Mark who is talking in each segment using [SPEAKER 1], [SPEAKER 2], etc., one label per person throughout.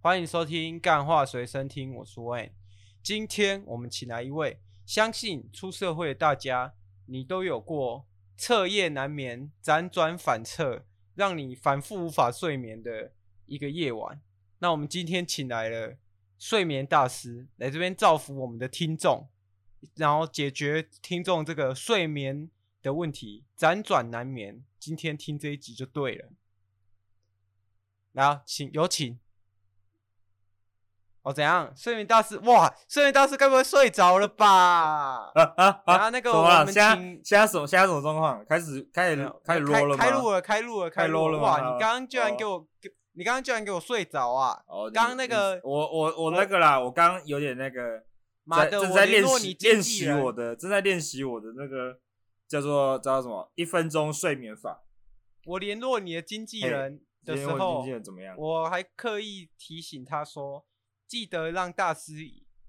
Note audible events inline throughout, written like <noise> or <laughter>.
[SPEAKER 1] 欢迎收听《干话随身听》，我是 Wayne。今天我们请来一位，相信出社会的大家，你都有过彻夜难眠、辗转反侧，让你反复无法睡眠的一个夜晚。那我们今天请来了睡眠大师来这边造福我们的听众，然后解决听众这个睡眠的问题，辗转难眠。今天听这一集就对了。来，啊请有请。哦，怎样？睡眠大师，哇，睡眠大师该不会睡着了吧？
[SPEAKER 2] 啊啊
[SPEAKER 1] 然
[SPEAKER 2] 啊！
[SPEAKER 1] 后那个
[SPEAKER 2] 怎
[SPEAKER 1] 我
[SPEAKER 2] 么了？
[SPEAKER 1] 们
[SPEAKER 2] 现在
[SPEAKER 1] 请
[SPEAKER 2] 现在什么现在什么状况？开始开
[SPEAKER 1] 没
[SPEAKER 2] 始
[SPEAKER 1] 有
[SPEAKER 2] 开始 roll 了吗？
[SPEAKER 1] 嗯开录了，开录了，
[SPEAKER 2] 开
[SPEAKER 1] 录
[SPEAKER 2] roll 了
[SPEAKER 1] 哇，
[SPEAKER 2] 吗
[SPEAKER 1] 你刚刚居然
[SPEAKER 2] 哦
[SPEAKER 1] 给我，给你刚刚居然给我睡着啊！
[SPEAKER 2] 哦，你
[SPEAKER 1] 刚刚那个
[SPEAKER 2] 你我我我那个啦，我刚刚有点那个，
[SPEAKER 1] 妈
[SPEAKER 2] 在
[SPEAKER 1] 的，
[SPEAKER 2] 正
[SPEAKER 1] 我
[SPEAKER 2] 在
[SPEAKER 1] 联
[SPEAKER 2] 练
[SPEAKER 1] 络
[SPEAKER 2] 习
[SPEAKER 1] 你经
[SPEAKER 2] 练
[SPEAKER 1] 纪
[SPEAKER 2] 习
[SPEAKER 1] 人
[SPEAKER 2] 我的，正在练习我的那个叫做叫什么一分钟睡眠法。
[SPEAKER 1] 我联络你的经纪
[SPEAKER 2] 嘿
[SPEAKER 1] 人的
[SPEAKER 2] 今
[SPEAKER 1] 时
[SPEAKER 2] 天我
[SPEAKER 1] 候
[SPEAKER 2] 经纪，人怎么样？
[SPEAKER 1] 我还刻意提醒他说，记得让大师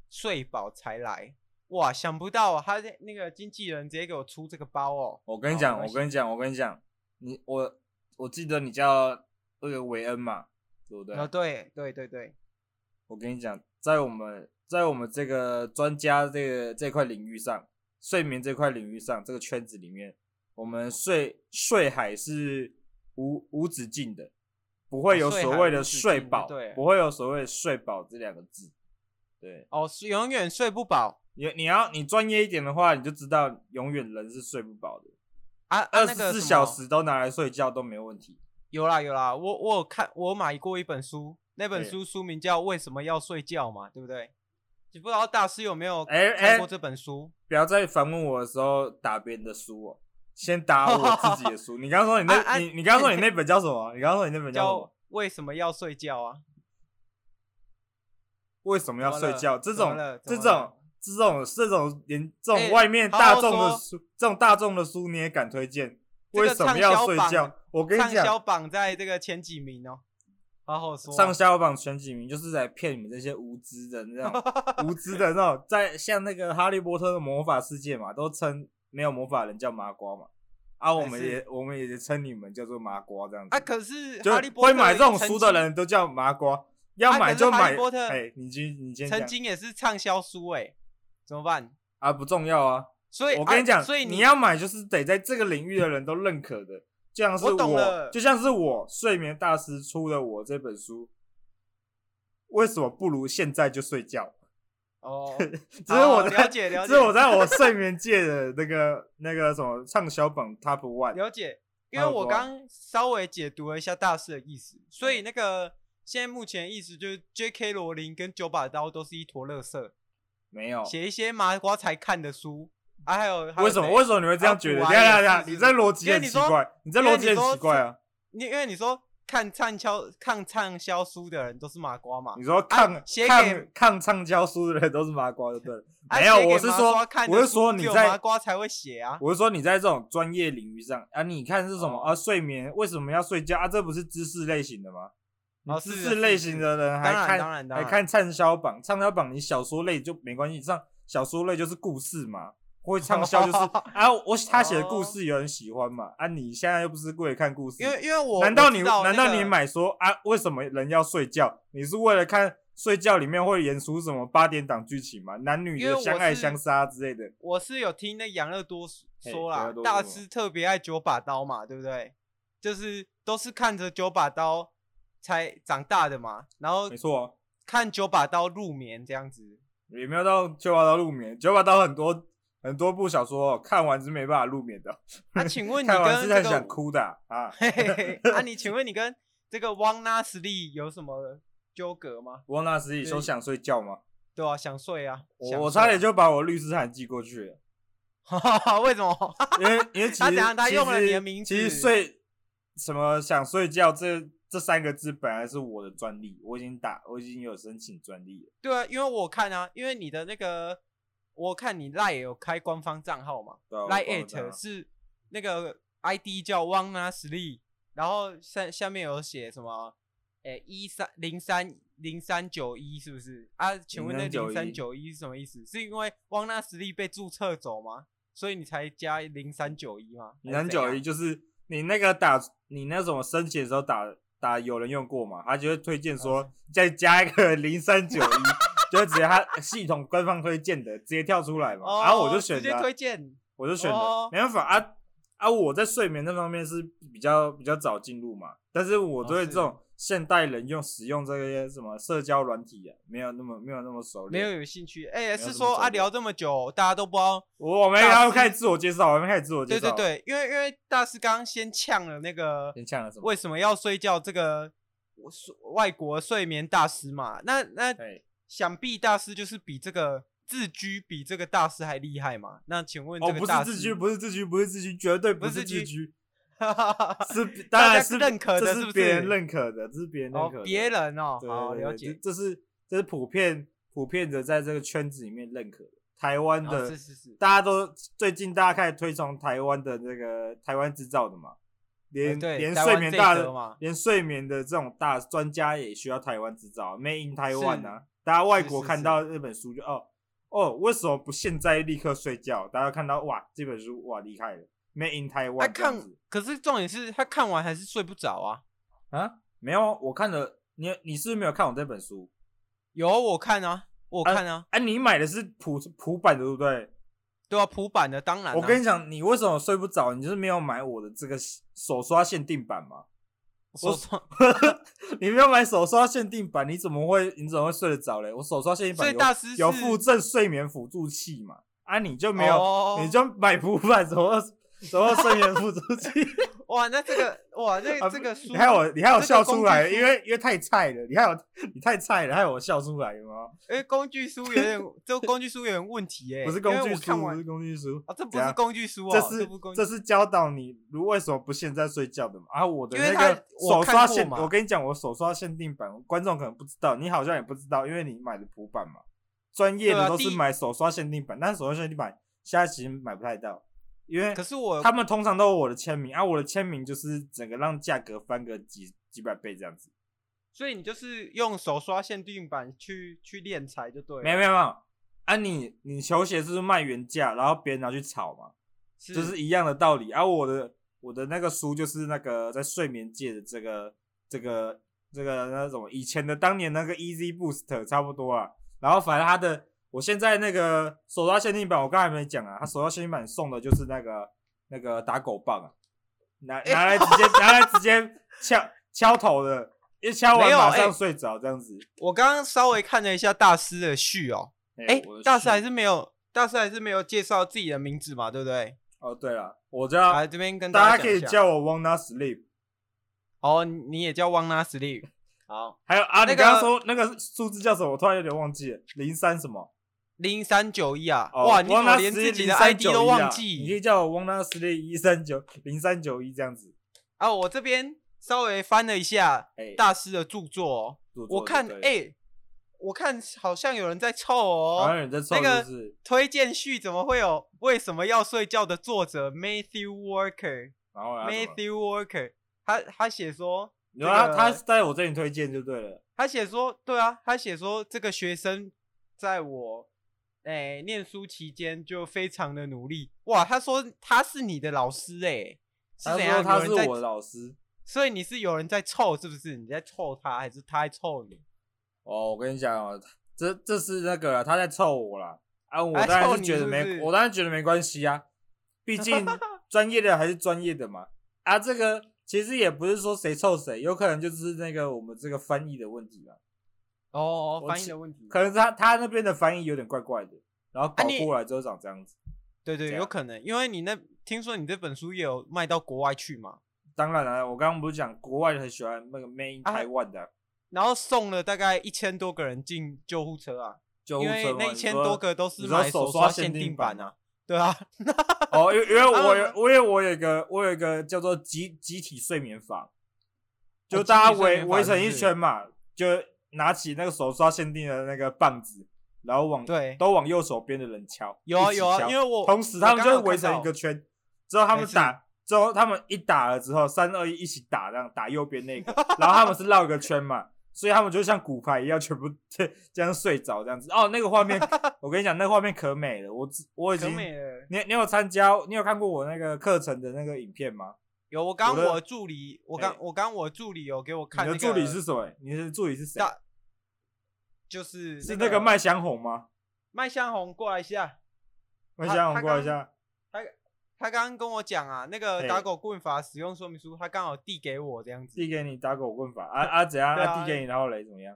[SPEAKER 1] 睡饱才来。哇，想不到啊他在那个经纪人直接给我出这个包哦。
[SPEAKER 2] 我跟你
[SPEAKER 1] 好
[SPEAKER 2] 讲，
[SPEAKER 1] 没
[SPEAKER 2] 我
[SPEAKER 1] 关
[SPEAKER 2] 跟你讲，我跟你讲，你我我记得你叫那个韦恩嘛，对不对？啊
[SPEAKER 1] 哦，对对对对，
[SPEAKER 2] 我跟你讲，在我们在我们这个专家这个这块领域上，睡眠这块领域上，这个圈子里面，我们睡睡海是无无止境的，不会有
[SPEAKER 1] 哦睡海
[SPEAKER 2] 所谓的
[SPEAKER 1] 无止境
[SPEAKER 2] 睡饱，
[SPEAKER 1] 对
[SPEAKER 2] 不会有所谓的睡饱这两个字。对，
[SPEAKER 1] 哦，是永远睡不饱
[SPEAKER 2] 你你要你专业一点的话，你就知道永远人是睡不饱的，
[SPEAKER 1] 啊！啊
[SPEAKER 2] 二
[SPEAKER 1] 那
[SPEAKER 2] 十
[SPEAKER 1] 个
[SPEAKER 2] 四
[SPEAKER 1] 什
[SPEAKER 2] 小
[SPEAKER 1] 么
[SPEAKER 2] 时都拿来睡觉都没问题。
[SPEAKER 1] 有啦有啦，我我有看我有买过一本书，那本
[SPEAKER 2] 对
[SPEAKER 1] 书书名叫《为什么要睡觉》嘛，对不对？你不知道大师有没有
[SPEAKER 2] 哎
[SPEAKER 1] 看
[SPEAKER 2] 哎
[SPEAKER 1] 过这本书？
[SPEAKER 2] 不要在反问我的时候打别人的书哦，先打
[SPEAKER 1] <laughs>
[SPEAKER 2] 我自己的书。你刚刚说你那，
[SPEAKER 1] 啊啊
[SPEAKER 2] 你你刚刚
[SPEAKER 1] <laughs>
[SPEAKER 2] 说你那本叫什么？你刚刚说你那本叫什
[SPEAKER 1] 叫《
[SPEAKER 2] 么？
[SPEAKER 1] 为什么要睡觉》啊？
[SPEAKER 2] 为什么要睡觉？这
[SPEAKER 1] 怎么
[SPEAKER 2] 种
[SPEAKER 1] 了
[SPEAKER 2] 这
[SPEAKER 1] 怎么
[SPEAKER 2] 种
[SPEAKER 1] 了
[SPEAKER 2] 这种这种连这
[SPEAKER 1] 哎
[SPEAKER 2] 种外面大众
[SPEAKER 1] 好
[SPEAKER 2] 的
[SPEAKER 1] 好
[SPEAKER 2] 书，这种大众的书你也敢推荐？
[SPEAKER 1] 这个
[SPEAKER 2] 为什么要睡
[SPEAKER 1] 畅销
[SPEAKER 2] 觉
[SPEAKER 1] 榜？
[SPEAKER 2] 我跟
[SPEAKER 1] 畅
[SPEAKER 2] 你
[SPEAKER 1] 销
[SPEAKER 2] 讲，
[SPEAKER 1] 榜在这个前几名哦，好好说啊。
[SPEAKER 2] 上销榜前几名就是在骗你们这些无知的
[SPEAKER 1] <laughs>
[SPEAKER 2] 那种无知的那种，在像那个哈利波特的魔法世界嘛，都称没有魔法人叫麻瓜嘛。啊，我们
[SPEAKER 1] 是
[SPEAKER 2] 也我们也称你们叫做麻瓜这样子
[SPEAKER 1] 啊，可是
[SPEAKER 2] 就
[SPEAKER 1] 哈利波特
[SPEAKER 2] 会买这种
[SPEAKER 1] 曾
[SPEAKER 2] 书的
[SPEAKER 1] 经
[SPEAKER 2] 人都叫麻瓜，要买就
[SPEAKER 1] 啊可是哈
[SPEAKER 2] 买
[SPEAKER 1] 利波。特
[SPEAKER 2] 哎，你今你今天
[SPEAKER 1] 曾
[SPEAKER 2] 讲
[SPEAKER 1] 经也是畅销书哎，怎么办？
[SPEAKER 2] 啊不重要啊，
[SPEAKER 1] 所以
[SPEAKER 2] 我跟
[SPEAKER 1] 啊
[SPEAKER 2] 你讲，
[SPEAKER 1] 所以
[SPEAKER 2] 你要买就是得在这个领域的人都认可的，就像是
[SPEAKER 1] 我懂了
[SPEAKER 2] 就像是我睡眠大师出的我这本书，为什么不如现在就睡觉？ <laughs>
[SPEAKER 1] 哦，
[SPEAKER 2] 只是我
[SPEAKER 1] 好
[SPEAKER 2] 在
[SPEAKER 1] 了，解了
[SPEAKER 2] 只
[SPEAKER 1] 解，
[SPEAKER 2] 是我在我睡眠界的那个 <laughs> 那个什么畅销榜 top one，
[SPEAKER 1] 了解，因
[SPEAKER 2] 还
[SPEAKER 1] 为
[SPEAKER 2] 有
[SPEAKER 1] 我
[SPEAKER 2] 多少
[SPEAKER 1] 刚稍微解读了一下大师的意思，所
[SPEAKER 2] 嗯
[SPEAKER 1] 以那个现在目前意思就是 J.K. 罗琳跟九把刀都是一坨垃圾，
[SPEAKER 2] 没有。
[SPEAKER 1] 写一些麻瓜才看的书啊，还有
[SPEAKER 2] 为什么？为什么你会这样觉得？
[SPEAKER 1] 还有古
[SPEAKER 2] 等一下
[SPEAKER 1] 玩
[SPEAKER 2] 等一
[SPEAKER 1] 也
[SPEAKER 2] 下，
[SPEAKER 1] 是
[SPEAKER 2] 你这逻辑
[SPEAKER 1] 因为
[SPEAKER 2] 很
[SPEAKER 1] 你
[SPEAKER 2] 奇
[SPEAKER 1] 说
[SPEAKER 2] 怪，你这
[SPEAKER 1] 因为
[SPEAKER 2] 逻辑
[SPEAKER 1] 你
[SPEAKER 2] 很
[SPEAKER 1] 说
[SPEAKER 2] 奇怪啊！
[SPEAKER 1] 你因为你说看畅销看畅销书的人都是麻瓜嘛
[SPEAKER 2] 你，说抗、
[SPEAKER 1] 啊写给
[SPEAKER 2] 抗抗畅销书的人都是麻瓜，就对了。
[SPEAKER 1] 啊
[SPEAKER 2] 没有，
[SPEAKER 1] 写给
[SPEAKER 2] 我是
[SPEAKER 1] 麻
[SPEAKER 2] 说
[SPEAKER 1] 瓜看，的
[SPEAKER 2] 我是
[SPEAKER 1] 书
[SPEAKER 2] 说
[SPEAKER 1] 只
[SPEAKER 2] 你
[SPEAKER 1] 有麻
[SPEAKER 2] 在，
[SPEAKER 1] 瓜才会写啊，
[SPEAKER 2] 我是说你在这种专业领域上啊，你看是什么、
[SPEAKER 1] 哦
[SPEAKER 2] 啊？睡眠为什么要睡觉啊？这不是知识类型的吗？你
[SPEAKER 1] 哦
[SPEAKER 2] 知
[SPEAKER 1] 是
[SPEAKER 2] 识
[SPEAKER 1] 是
[SPEAKER 2] 类
[SPEAKER 1] 是
[SPEAKER 2] 型的人还
[SPEAKER 1] 当然
[SPEAKER 2] 看
[SPEAKER 1] 当然当
[SPEAKER 2] 还
[SPEAKER 1] 然，
[SPEAKER 2] 看畅销榜，畅销榜你小说类就没关系，上小说类就是故事嘛，会畅销就是啊，我他写的故
[SPEAKER 1] 哦
[SPEAKER 2] 事有人喜欢嘛啊，你现在又不是过来看故事，
[SPEAKER 1] 因为因为我
[SPEAKER 2] 难道
[SPEAKER 1] 我
[SPEAKER 2] 你
[SPEAKER 1] 知道
[SPEAKER 2] 难
[SPEAKER 1] 那
[SPEAKER 2] 道你
[SPEAKER 1] 个
[SPEAKER 2] 买说啊？为什么人要睡觉？你是为了看睡觉里面会演出什么八点档剧情吗？男女
[SPEAKER 1] 因为
[SPEAKER 2] 的
[SPEAKER 1] 我
[SPEAKER 2] 相爱
[SPEAKER 1] 是
[SPEAKER 2] 相杀之类的？
[SPEAKER 1] 我是有听那养乐多说
[SPEAKER 2] 嘿
[SPEAKER 1] 说
[SPEAKER 2] 养
[SPEAKER 1] 啦
[SPEAKER 2] 乐多，
[SPEAKER 1] 大
[SPEAKER 2] 说什么
[SPEAKER 1] 师特别爱九把刀嘛，对不对？就是都是看着九把刀才长大的嘛，然后
[SPEAKER 2] 没错啊，
[SPEAKER 1] 看九把刀入眠这样子。
[SPEAKER 2] 也没有到九把刀入眠。九把刀很多很多部小说哦看完是没办法入眠的，
[SPEAKER 1] 那、啊请
[SPEAKER 2] <laughs>
[SPEAKER 1] 问你
[SPEAKER 2] 看完
[SPEAKER 1] 跟
[SPEAKER 2] 是
[SPEAKER 1] 这
[SPEAKER 2] 很
[SPEAKER 1] 个
[SPEAKER 2] 想哭的啊啊。
[SPEAKER 1] 嘿嘿
[SPEAKER 2] <laughs>
[SPEAKER 1] 嘿， <laughs> 啊，你请问你跟这个汪纳斯利有什么纠葛吗？
[SPEAKER 2] 汪纳斯也
[SPEAKER 1] 对
[SPEAKER 2] 说想睡觉吗？
[SPEAKER 1] 对啊，想睡啊，
[SPEAKER 2] 我
[SPEAKER 1] 想
[SPEAKER 2] 我
[SPEAKER 1] 睡
[SPEAKER 2] 差点就把我律师函寄过去了，
[SPEAKER 1] 啊，为什么？ <laughs>
[SPEAKER 2] 因为因为其
[SPEAKER 1] 他怎
[SPEAKER 2] 实
[SPEAKER 1] 样他
[SPEAKER 2] 其
[SPEAKER 1] 用了
[SPEAKER 2] 实
[SPEAKER 1] 你的名
[SPEAKER 2] 其实
[SPEAKER 1] 字
[SPEAKER 2] 睡什么想睡觉这这三个字本来是我的专利，我已经打，我已经有申请专利了。
[SPEAKER 1] 对啊，因为我看啊，因为你的那个，我看你 Line 也有开官方账号嘛
[SPEAKER 2] 对啊我
[SPEAKER 1] ，Line
[SPEAKER 2] 忘了
[SPEAKER 1] at 是那个 ID 叫汪啊实力，然后下下面有写什么，诶一三零三零三九一是不是啊？请问那零三九一是什么意思？是因为汪那实力被注册走吗？所以你才加零三九一吗？
[SPEAKER 2] 你很久一就是你那个打你那种申请的时候打打有人用过嘛，他就会推
[SPEAKER 1] 啊
[SPEAKER 2] 荐说再加一个零三九一， <laughs> 就会直接他系统官方推荐的直接跳出来嘛，
[SPEAKER 1] 哦，
[SPEAKER 2] 然后我就选
[SPEAKER 1] 直接
[SPEAKER 2] 的啊，
[SPEAKER 1] 推荐，
[SPEAKER 2] 我就选的，
[SPEAKER 1] 哦
[SPEAKER 2] 没办法啊啊！我在睡眠那方面是比较比较早进入嘛，但是我
[SPEAKER 1] 哦
[SPEAKER 2] 对
[SPEAKER 1] 是
[SPEAKER 2] 这种现代人用使用这些什么社交软体啊，没有那么没有那么熟
[SPEAKER 1] 没有
[SPEAKER 2] 练。
[SPEAKER 1] 有兴趣。哎、
[SPEAKER 2] 什么
[SPEAKER 1] 是说
[SPEAKER 2] 重
[SPEAKER 1] 啊，
[SPEAKER 2] 点
[SPEAKER 1] 聊这么久，大家都不知道
[SPEAKER 2] 我我没
[SPEAKER 1] 大
[SPEAKER 2] 还
[SPEAKER 1] 师
[SPEAKER 2] 没开始自我介绍，我还没开始自我介
[SPEAKER 1] 对
[SPEAKER 2] 绍
[SPEAKER 1] 对。对，因为因为大师刚刚先呛了那个
[SPEAKER 2] 先呛了什么？
[SPEAKER 1] 为什么要睡觉这个我睡外国睡眠大师嘛，那那
[SPEAKER 2] 哎，
[SPEAKER 1] 想必大师就是比这个自居比这个大师还厉害嘛？那请问
[SPEAKER 2] 哦，
[SPEAKER 1] 这个
[SPEAKER 2] 不
[SPEAKER 1] 大
[SPEAKER 2] 是
[SPEAKER 1] 师 <laughs>
[SPEAKER 2] 自居，不是自居，不是自居，绝对不
[SPEAKER 1] 不是
[SPEAKER 2] 是
[SPEAKER 1] 自居
[SPEAKER 2] 自居，
[SPEAKER 1] 是
[SPEAKER 2] 是
[SPEAKER 1] 大
[SPEAKER 2] 当
[SPEAKER 1] 家
[SPEAKER 2] 然
[SPEAKER 1] 是
[SPEAKER 2] 是
[SPEAKER 1] 认可的
[SPEAKER 2] 这
[SPEAKER 1] 是不
[SPEAKER 2] 别人
[SPEAKER 1] 是
[SPEAKER 2] 认可的，这是别人认
[SPEAKER 1] 哦
[SPEAKER 2] 可的。
[SPEAKER 1] 别人哦，
[SPEAKER 2] 对
[SPEAKER 1] 好
[SPEAKER 2] 对
[SPEAKER 1] 了
[SPEAKER 2] 对
[SPEAKER 1] 解，
[SPEAKER 2] 这这是这是普遍普遍的在这个圈子里面认可的。台湾
[SPEAKER 1] 哦
[SPEAKER 2] 的
[SPEAKER 1] 是是是，
[SPEAKER 2] 大家都最近大家开始推崇台湾的那个台湾制造的嘛，连、
[SPEAKER 1] 呃对
[SPEAKER 2] 连
[SPEAKER 1] 台
[SPEAKER 2] 睡
[SPEAKER 1] 湾
[SPEAKER 2] 眠
[SPEAKER 1] 这一
[SPEAKER 2] 大
[SPEAKER 1] 则嘛
[SPEAKER 2] 连睡眠的这种大专家也需要台湾制造，Made in Taiwan 啊！大家外国
[SPEAKER 1] 是是
[SPEAKER 2] 看到这本书就哦哦，为什么不现在立刻睡觉？大家看到哇，这本书哇厉害了，Made in
[SPEAKER 1] 他
[SPEAKER 2] Taiwan 这样
[SPEAKER 1] 啊看
[SPEAKER 2] 子，
[SPEAKER 1] 可是重点是他看完还是睡不着啊。
[SPEAKER 2] 啊？没有，我看了你你是不是没有看我这本书？
[SPEAKER 1] 有我看啊，我看啊，
[SPEAKER 2] 哎、你买的是普普版的对不对？
[SPEAKER 1] 对啊，普版的当然、啊，
[SPEAKER 2] 我跟你讲，你为什么睡不着？你就是没有买我的这个手刷限定版嘛。 <laughs>
[SPEAKER 1] 我说，
[SPEAKER 2] 你没有买手刷限定版，你怎么会你怎么会睡得着嘞？我手刷限定
[SPEAKER 1] 所
[SPEAKER 2] 版
[SPEAKER 1] 以
[SPEAKER 2] 有
[SPEAKER 1] 大师
[SPEAKER 2] 有
[SPEAKER 1] 是
[SPEAKER 2] 附赠睡眠辅助器嘛？啊，你就没有，
[SPEAKER 1] 哦
[SPEAKER 2] 你就买普版什么什么睡眠辅助
[SPEAKER 1] <laughs>
[SPEAKER 2] 器？
[SPEAKER 1] 哇，那这个哇，那
[SPEAKER 2] 啊
[SPEAKER 1] 这个书
[SPEAKER 2] 你还有你还有
[SPEAKER 1] 这个
[SPEAKER 2] 笑出来，
[SPEAKER 1] 工具书
[SPEAKER 2] 因为因为太菜了，你还有你太菜了，还有我笑出来有吗？
[SPEAKER 1] 因为工具书有点，这工具书有点问题耶、
[SPEAKER 2] 不是工
[SPEAKER 1] 因为
[SPEAKER 2] 具
[SPEAKER 1] 我
[SPEAKER 2] 书，
[SPEAKER 1] 看
[SPEAKER 2] 不
[SPEAKER 1] 完
[SPEAKER 2] 是工具书
[SPEAKER 1] 啊，这不
[SPEAKER 2] 怎
[SPEAKER 1] 是
[SPEAKER 2] 样
[SPEAKER 1] 工具书哦，
[SPEAKER 2] 这
[SPEAKER 1] 这
[SPEAKER 2] 是
[SPEAKER 1] 不是工具
[SPEAKER 2] 这是教导你如为什么不现在睡觉的嘛？啊，我的
[SPEAKER 1] 因为
[SPEAKER 2] 那
[SPEAKER 1] 他
[SPEAKER 2] 个
[SPEAKER 1] 我
[SPEAKER 2] 手
[SPEAKER 1] 看
[SPEAKER 2] 刷
[SPEAKER 1] 过
[SPEAKER 2] 限，
[SPEAKER 1] 嘛
[SPEAKER 2] 我跟你讲，我手刷限定版，观众可能不知道，你好像也不知道，因为你买的普版嘛，专业
[SPEAKER 1] 对啊
[SPEAKER 2] 的都
[SPEAKER 1] 第
[SPEAKER 2] 是
[SPEAKER 1] 一
[SPEAKER 2] 买手刷限定版，但是手刷限定版现在其实买不太到，因为
[SPEAKER 1] 可是我
[SPEAKER 2] 他们通常都有我的签名啊，我的签名就是整个让价格翻个几几百倍这样子。
[SPEAKER 1] 所以你就是用手刷限定版去去练财就对了，
[SPEAKER 2] 没有没有没有，啊你你球鞋是不是卖原价，然后别人拿去炒嘛？
[SPEAKER 1] 是
[SPEAKER 2] 就是一样的道理。而、啊我的我的那个书就是那个在睡眠界的这个这个这个那种以前的当年那个 Easy Boost 差不多啊。然后反正它的我现在那个手抓限定版，我刚才没讲啊，它手抓限定版送的就是那个那个打狗棒啊，拿拿来直接拿来直接敲敲头的，一敲
[SPEAKER 1] 没
[SPEAKER 2] 完
[SPEAKER 1] 有
[SPEAKER 2] 马上
[SPEAKER 1] 哎
[SPEAKER 2] 睡着这样子。
[SPEAKER 1] 我刚刚稍微看了一下大师的序哦，哎、
[SPEAKER 2] 我的
[SPEAKER 1] 大
[SPEAKER 2] 书
[SPEAKER 1] 师还是没有，大师还是没有介绍自己的名字嘛，对不对？
[SPEAKER 2] 哦，对了，我叫
[SPEAKER 1] 来这边跟
[SPEAKER 2] 大
[SPEAKER 1] 家
[SPEAKER 2] 家
[SPEAKER 1] 讲
[SPEAKER 2] 可
[SPEAKER 1] 一
[SPEAKER 2] 以
[SPEAKER 1] 下
[SPEAKER 2] 叫我 Wanna Sleep。
[SPEAKER 1] 哦，你你也叫汪拉实力，好，
[SPEAKER 2] 还有啊，
[SPEAKER 1] 那
[SPEAKER 2] 你
[SPEAKER 1] 个
[SPEAKER 2] 刚刚说那个数字叫什么？我突然有点忘记了，零三什么？
[SPEAKER 1] 零三九一啊，
[SPEAKER 2] 哦、
[SPEAKER 1] 哇，你怎
[SPEAKER 2] 汪
[SPEAKER 1] 么
[SPEAKER 2] 纳
[SPEAKER 1] 连
[SPEAKER 2] 斯
[SPEAKER 1] 自己
[SPEAKER 2] 零
[SPEAKER 1] 的
[SPEAKER 2] 三
[SPEAKER 1] ID
[SPEAKER 2] 九
[SPEAKER 1] 都
[SPEAKER 2] 一啊
[SPEAKER 1] 忘
[SPEAKER 2] 你可
[SPEAKER 1] 记
[SPEAKER 2] 以叫我汪纳斯利一三九零三九一这样子。
[SPEAKER 1] 啊？我这边稍微翻了一下
[SPEAKER 2] 哎
[SPEAKER 1] 大师的著作哦。
[SPEAKER 2] 做作
[SPEAKER 1] 我
[SPEAKER 2] 就
[SPEAKER 1] 看
[SPEAKER 2] 对
[SPEAKER 1] 哎、
[SPEAKER 2] 了
[SPEAKER 1] 我看好像有人在凑
[SPEAKER 2] 好像
[SPEAKER 1] 哦。
[SPEAKER 2] 有人在凑，
[SPEAKER 1] 那个
[SPEAKER 2] 就是
[SPEAKER 1] 推荐序怎么会有为什么要睡觉的作者 Matthew Walker
[SPEAKER 2] 然后他啊什么
[SPEAKER 1] Matthew Walker，他他写说，
[SPEAKER 2] 然
[SPEAKER 1] 这
[SPEAKER 2] 后他
[SPEAKER 1] 个
[SPEAKER 2] 他是在我这里推荐就对了。
[SPEAKER 1] 他写说，对啊，他写说这个学生在我哎、念书期间就非常的努力，哇，他说他是你的老师哎、是
[SPEAKER 2] 他
[SPEAKER 1] 怎样？
[SPEAKER 2] 说他
[SPEAKER 1] 有
[SPEAKER 2] 是
[SPEAKER 1] 人在
[SPEAKER 2] 我的老师。
[SPEAKER 1] 所以你是有人在凑是不是？你在凑他还是他在凑你？
[SPEAKER 2] 哦，我跟你讲哦，这这是那个啦他在凑我啦。啊，我
[SPEAKER 1] 他
[SPEAKER 2] 当然
[SPEAKER 1] 凑
[SPEAKER 2] 是
[SPEAKER 1] 你
[SPEAKER 2] 觉得
[SPEAKER 1] 是不
[SPEAKER 2] 没，
[SPEAKER 1] 是
[SPEAKER 2] 我当然觉得没关系啊，毕竟
[SPEAKER 1] <laughs>
[SPEAKER 2] 专业的还是专业的嘛。啊，这个其实也不是说谁凑谁，有可能就是那个我们这个翻译的问题啦。
[SPEAKER 1] 哦，哦
[SPEAKER 2] 我
[SPEAKER 1] 翻译
[SPEAKER 2] 其
[SPEAKER 1] 的问题。
[SPEAKER 2] 可能是他他那边的翻译有点怪怪的，然后搞
[SPEAKER 1] 啊你
[SPEAKER 2] 过来之后长这样子。
[SPEAKER 1] 对对，
[SPEAKER 2] 这
[SPEAKER 1] 有
[SPEAKER 2] 样
[SPEAKER 1] 可能，因为你那听说你这本书也有卖到国外去嘛，
[SPEAKER 2] 当然了，我刚刚不是讲国外很喜欢那个 Made in
[SPEAKER 1] 啊
[SPEAKER 2] Taiwan 的、
[SPEAKER 1] 然后送了大概一千多个人进救护车啊，
[SPEAKER 2] 救护
[SPEAKER 1] 因
[SPEAKER 2] 车
[SPEAKER 1] 为
[SPEAKER 2] 嘛
[SPEAKER 1] 那一千多个都是
[SPEAKER 2] 你说
[SPEAKER 1] 买
[SPEAKER 2] 手
[SPEAKER 1] 刷
[SPEAKER 2] 刷
[SPEAKER 1] 限
[SPEAKER 2] 限
[SPEAKER 1] 定
[SPEAKER 2] 定
[SPEAKER 1] 版
[SPEAKER 2] 版
[SPEAKER 1] 啊，对啊，
[SPEAKER 2] <laughs> 哦，因为因为
[SPEAKER 1] 他们哦
[SPEAKER 2] 我有因为我有一个我有一个叫做集集体睡眠法，就大家
[SPEAKER 1] 金鱼
[SPEAKER 2] 围
[SPEAKER 1] 森林法
[SPEAKER 2] 围成一
[SPEAKER 1] 是不是
[SPEAKER 2] 圈嘛，就拿起那个手刷限定的那个棒子，然后往
[SPEAKER 1] 对
[SPEAKER 2] 都往右手边的人敲，
[SPEAKER 1] 有啊
[SPEAKER 2] 一起
[SPEAKER 1] 有啊
[SPEAKER 2] 敲
[SPEAKER 1] 因为我
[SPEAKER 2] 同时
[SPEAKER 1] 我
[SPEAKER 2] 他们
[SPEAKER 1] 刚
[SPEAKER 2] 就
[SPEAKER 1] 刚有
[SPEAKER 2] 会围
[SPEAKER 1] 看
[SPEAKER 2] 成
[SPEAKER 1] 到哎
[SPEAKER 2] 一个圈，之后他
[SPEAKER 1] 没
[SPEAKER 2] 们
[SPEAKER 1] 事
[SPEAKER 2] 打，之后他们一打了之后，三二一一起打，这样打右边那个，然后他们是绕一个圈嘛。所以他们就像骨牌一样，全部 <laughs> 这样睡着这样子。哦，那个画
[SPEAKER 1] <laughs>
[SPEAKER 2] 面，我跟你讲，那个画面可美了。我只我已
[SPEAKER 1] 可
[SPEAKER 2] 经，
[SPEAKER 1] 美了。
[SPEAKER 2] 你你有参加，你有看过我那个课程的那个影片吗？
[SPEAKER 1] 有我刚
[SPEAKER 2] 我的
[SPEAKER 1] 我助理，我刚
[SPEAKER 2] 哎
[SPEAKER 1] 我刚我助理有给我看
[SPEAKER 2] 你
[SPEAKER 1] 那
[SPEAKER 2] 的
[SPEAKER 1] 个
[SPEAKER 2] 助理是谁？你的助理是谁？
[SPEAKER 1] 大，就是
[SPEAKER 2] 是那个麦香红吗？
[SPEAKER 1] 麦香红过来一下，
[SPEAKER 2] 麦香红过来一下，
[SPEAKER 1] 他刚刚跟我讲啊，那个
[SPEAKER 2] 哎
[SPEAKER 1] 打狗棍法使用说明书，他刚好递给我这样子，
[SPEAKER 2] 递给你打狗棍法啊啊怎样？
[SPEAKER 1] 对啊
[SPEAKER 2] 啊递给你，然后嘞怎么样？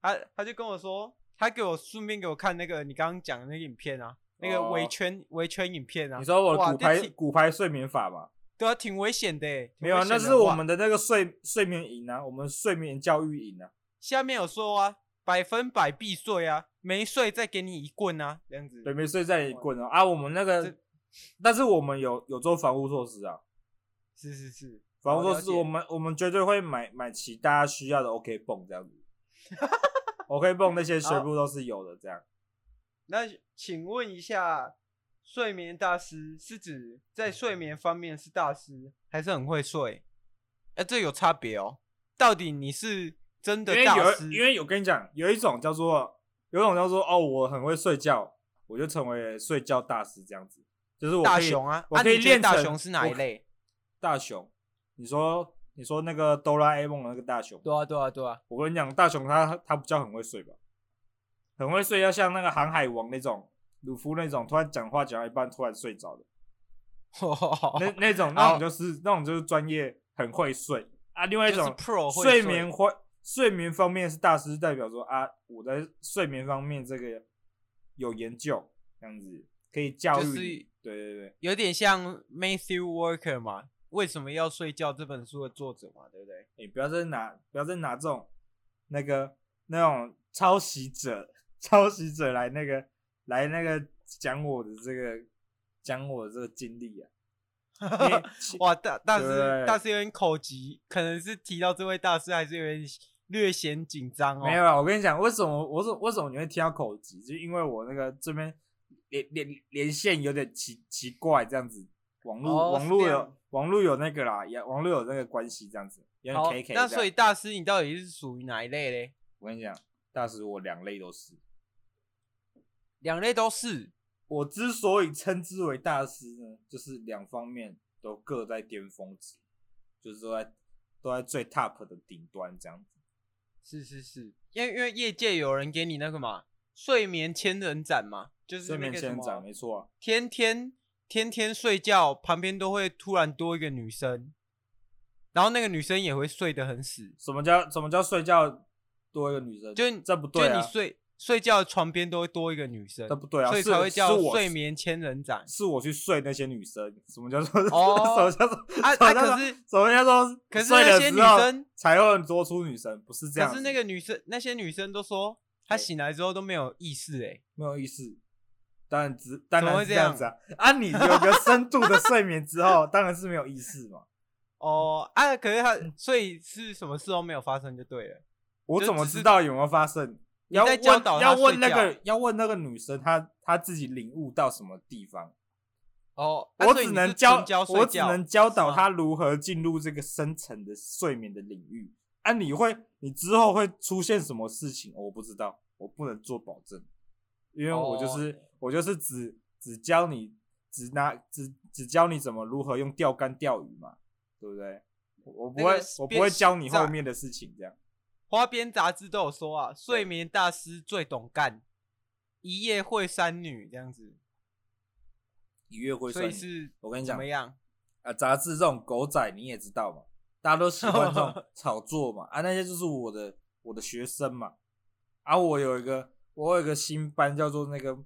[SPEAKER 1] 他他就跟我说，他给我顺便给我看那个你刚刚讲的那个影片啊，那个
[SPEAKER 2] 哦
[SPEAKER 1] 围圈围圈影片啊，
[SPEAKER 2] 你说我
[SPEAKER 1] 哇
[SPEAKER 2] 骨
[SPEAKER 1] 这
[SPEAKER 2] 牌
[SPEAKER 1] 挺
[SPEAKER 2] 骨牌睡眠法嘛？
[SPEAKER 1] 对啊，挺危险的欸，挺
[SPEAKER 2] 没有啊
[SPEAKER 1] 危，险
[SPEAKER 2] 那
[SPEAKER 1] 的
[SPEAKER 2] 是我
[SPEAKER 1] 哇
[SPEAKER 2] 们的那个睡睡眠营啊，我们睡眠教育营啊。
[SPEAKER 1] 下面有说啊，百分百必睡啊，没睡再给你一棍啊，这样子
[SPEAKER 2] 对，没睡在一棍哦啊，我们那个
[SPEAKER 1] 这，
[SPEAKER 2] 但是我们有有做防护措施啊，
[SPEAKER 1] 是是是，
[SPEAKER 2] 防护
[SPEAKER 1] 我哦
[SPEAKER 2] 措
[SPEAKER 1] 了
[SPEAKER 2] 施
[SPEAKER 1] 解
[SPEAKER 2] 我们我们绝对会买买齐大家需要的 OK 泵这样
[SPEAKER 1] <laughs>
[SPEAKER 2] 子，OK 泵那些全部都是有的这样。
[SPEAKER 1] 那请问一下，睡眠大师是指在睡眠方面是大师，还是很会睡？哎、这有差别哦。到底你是真的
[SPEAKER 2] 因为
[SPEAKER 1] 大
[SPEAKER 2] 有，
[SPEAKER 1] 师？
[SPEAKER 2] 因为有跟你讲，有一种叫做，有一种叫做哦，我很会睡觉，我就成为睡觉大师这样子，就是我
[SPEAKER 1] 大
[SPEAKER 2] 可以
[SPEAKER 1] 雄啊，
[SPEAKER 2] 我
[SPEAKER 1] 啊
[SPEAKER 2] 可以
[SPEAKER 1] 你觉得
[SPEAKER 2] 练成、
[SPEAKER 1] 大雄是哪一
[SPEAKER 2] 我可？
[SPEAKER 1] 类？
[SPEAKER 2] 大雄，你说你说那个哆啦 A 梦的那个大雄，
[SPEAKER 1] 对啊，对啊，对啊， <laughs>
[SPEAKER 2] 我跟你讲，大雄他他比较很会睡吧，很会睡，要像那个航海王那种，鲁夫那种，突然讲话讲到一半突然睡着的，
[SPEAKER 1] 哦
[SPEAKER 2] 那
[SPEAKER 1] <laughs>
[SPEAKER 2] 那种那
[SPEAKER 1] 好
[SPEAKER 2] 种就是那种就是专业很会睡啊，另外一
[SPEAKER 1] 就是
[SPEAKER 2] 种
[SPEAKER 1] Pro 会
[SPEAKER 2] 睡眠会睡眠方面是大师，代表说啊，我在睡眠方面这个有研究，这样子可以教育你。
[SPEAKER 1] 就是
[SPEAKER 2] 对对对，
[SPEAKER 1] 有点像 Matthew Walker 嘛，《为什么要睡觉》这本书的作者嘛，对不
[SPEAKER 2] <laughs>
[SPEAKER 1] 对？
[SPEAKER 2] 你、不要再拿不要再拿这种那个那种抄袭者 <laughs> 抄袭者来那个来那个讲我的这个讲我的这个经历啊。因为
[SPEAKER 1] <laughs>
[SPEAKER 2] 其
[SPEAKER 1] 哇，大大
[SPEAKER 2] 对
[SPEAKER 1] 师大师有点口急，可能是提到这位大师还是有点略显紧张哦。
[SPEAKER 2] 没有啊，我跟你讲，为什么我说为什么你会听到口疾，就因为我那个这边连连连线有点奇奇怪，这样子，网络、
[SPEAKER 1] 哦
[SPEAKER 2] 网
[SPEAKER 1] 是
[SPEAKER 2] 络
[SPEAKER 1] 这
[SPEAKER 2] 有
[SPEAKER 1] 样
[SPEAKER 2] 网络有那个啦，也网络有那个关系这样子，有点
[SPEAKER 1] 好
[SPEAKER 2] K K。
[SPEAKER 1] 那所以大师，你到底是属于哪一类嘞？
[SPEAKER 2] 我跟你讲，大师我两类都是，
[SPEAKER 1] 两类都是
[SPEAKER 2] 我之所以称之为大师呢，就是两方面都各在巅峰值，就是都在都在最 top 的顶端这样子。
[SPEAKER 1] 是是是，因为因为业界有人给你那个嘛，睡眠千人斩嘛，就是
[SPEAKER 2] 睡
[SPEAKER 1] 那
[SPEAKER 2] 眠
[SPEAKER 1] 个什
[SPEAKER 2] 仙人掌
[SPEAKER 1] 么，
[SPEAKER 2] 没错啊、
[SPEAKER 1] 天天天天睡觉，旁边都会突然多一个女生，然后那个女生也会睡得很死，
[SPEAKER 2] 什么叫什么叫睡觉多一个女生？
[SPEAKER 1] 就你
[SPEAKER 2] 这不
[SPEAKER 1] 就
[SPEAKER 2] 对啊！
[SPEAKER 1] 你睡睡觉的床边都会多一个女生
[SPEAKER 2] 那，不对啊，
[SPEAKER 1] 所以
[SPEAKER 2] 是
[SPEAKER 1] 才会叫
[SPEAKER 2] 是我
[SPEAKER 1] 睡眠千人
[SPEAKER 2] <laughs>
[SPEAKER 1] 斩。
[SPEAKER 2] 是我去睡那些女生。什么叫做 <laughs> 什
[SPEAKER 1] 哦
[SPEAKER 2] 么叫做
[SPEAKER 1] 啊啊！
[SPEAKER 2] 什么叫
[SPEAKER 1] 可
[SPEAKER 2] 做
[SPEAKER 1] 是
[SPEAKER 2] 什么叫做
[SPEAKER 1] 可是
[SPEAKER 2] 睡了
[SPEAKER 1] 那些
[SPEAKER 2] 之
[SPEAKER 1] 女
[SPEAKER 2] 后
[SPEAKER 1] 生
[SPEAKER 2] 才会多出女生，不是这样
[SPEAKER 1] 可
[SPEAKER 2] 子。
[SPEAKER 1] 是那个女生那些女生都说，她
[SPEAKER 2] 哎
[SPEAKER 1] 醒来之后都没有意识哎、
[SPEAKER 2] 没有意思，当然只当然
[SPEAKER 1] 会
[SPEAKER 2] 是
[SPEAKER 1] 这
[SPEAKER 2] 这样
[SPEAKER 1] 样
[SPEAKER 2] 子啊。啊，你有个深度的睡眠之后，当然是没有意识嘛。
[SPEAKER 1] 哦
[SPEAKER 2] 嗯
[SPEAKER 1] 啊，可是他所以是什么事都没有发生就对了。
[SPEAKER 2] 我
[SPEAKER 1] 就
[SPEAKER 2] 怎么
[SPEAKER 1] 只是
[SPEAKER 2] 知道有没有发生？
[SPEAKER 1] 你
[SPEAKER 2] 要
[SPEAKER 1] 在
[SPEAKER 2] 问
[SPEAKER 1] 教导她
[SPEAKER 2] 要问那
[SPEAKER 1] 睡觉
[SPEAKER 2] 个要问那个女生，她她自己领悟到什么地方？
[SPEAKER 1] 哦，啊
[SPEAKER 2] 我
[SPEAKER 1] 所以
[SPEAKER 2] 只
[SPEAKER 1] 你
[SPEAKER 2] 能
[SPEAKER 1] 是
[SPEAKER 2] 教
[SPEAKER 1] 纯教睡
[SPEAKER 2] 我只
[SPEAKER 1] 觉，
[SPEAKER 2] 能教导
[SPEAKER 1] 是吗
[SPEAKER 2] 他如何进入这个深层的睡眠的领域。啊，你会，你之后会出现什么事情，我不知道，我不能做保证，因为我
[SPEAKER 1] 哦
[SPEAKER 2] 就是、我就是只只教你，只拿只只教你怎么如何用钓竿钓鱼嘛，对不对？我我不
[SPEAKER 1] 那
[SPEAKER 2] 会
[SPEAKER 1] 个，
[SPEAKER 2] 我不
[SPEAKER 1] 边
[SPEAKER 2] 会教你后
[SPEAKER 1] 在
[SPEAKER 2] 面的事情，这样
[SPEAKER 1] 花边杂志都有说啊，睡眠大师最懂干，一夜会三女这样子，
[SPEAKER 2] 一月会
[SPEAKER 1] 所以是
[SPEAKER 2] 我跟你
[SPEAKER 1] 怎
[SPEAKER 2] 讲
[SPEAKER 1] 么，样？
[SPEAKER 2] 啊，杂志这种狗仔你也知道嘛，大家都喜欢这
[SPEAKER 1] <laughs>
[SPEAKER 2] 种炒作嘛，啊，那些就是我的我的学生嘛，啊，我有一个我有一个新班叫做那个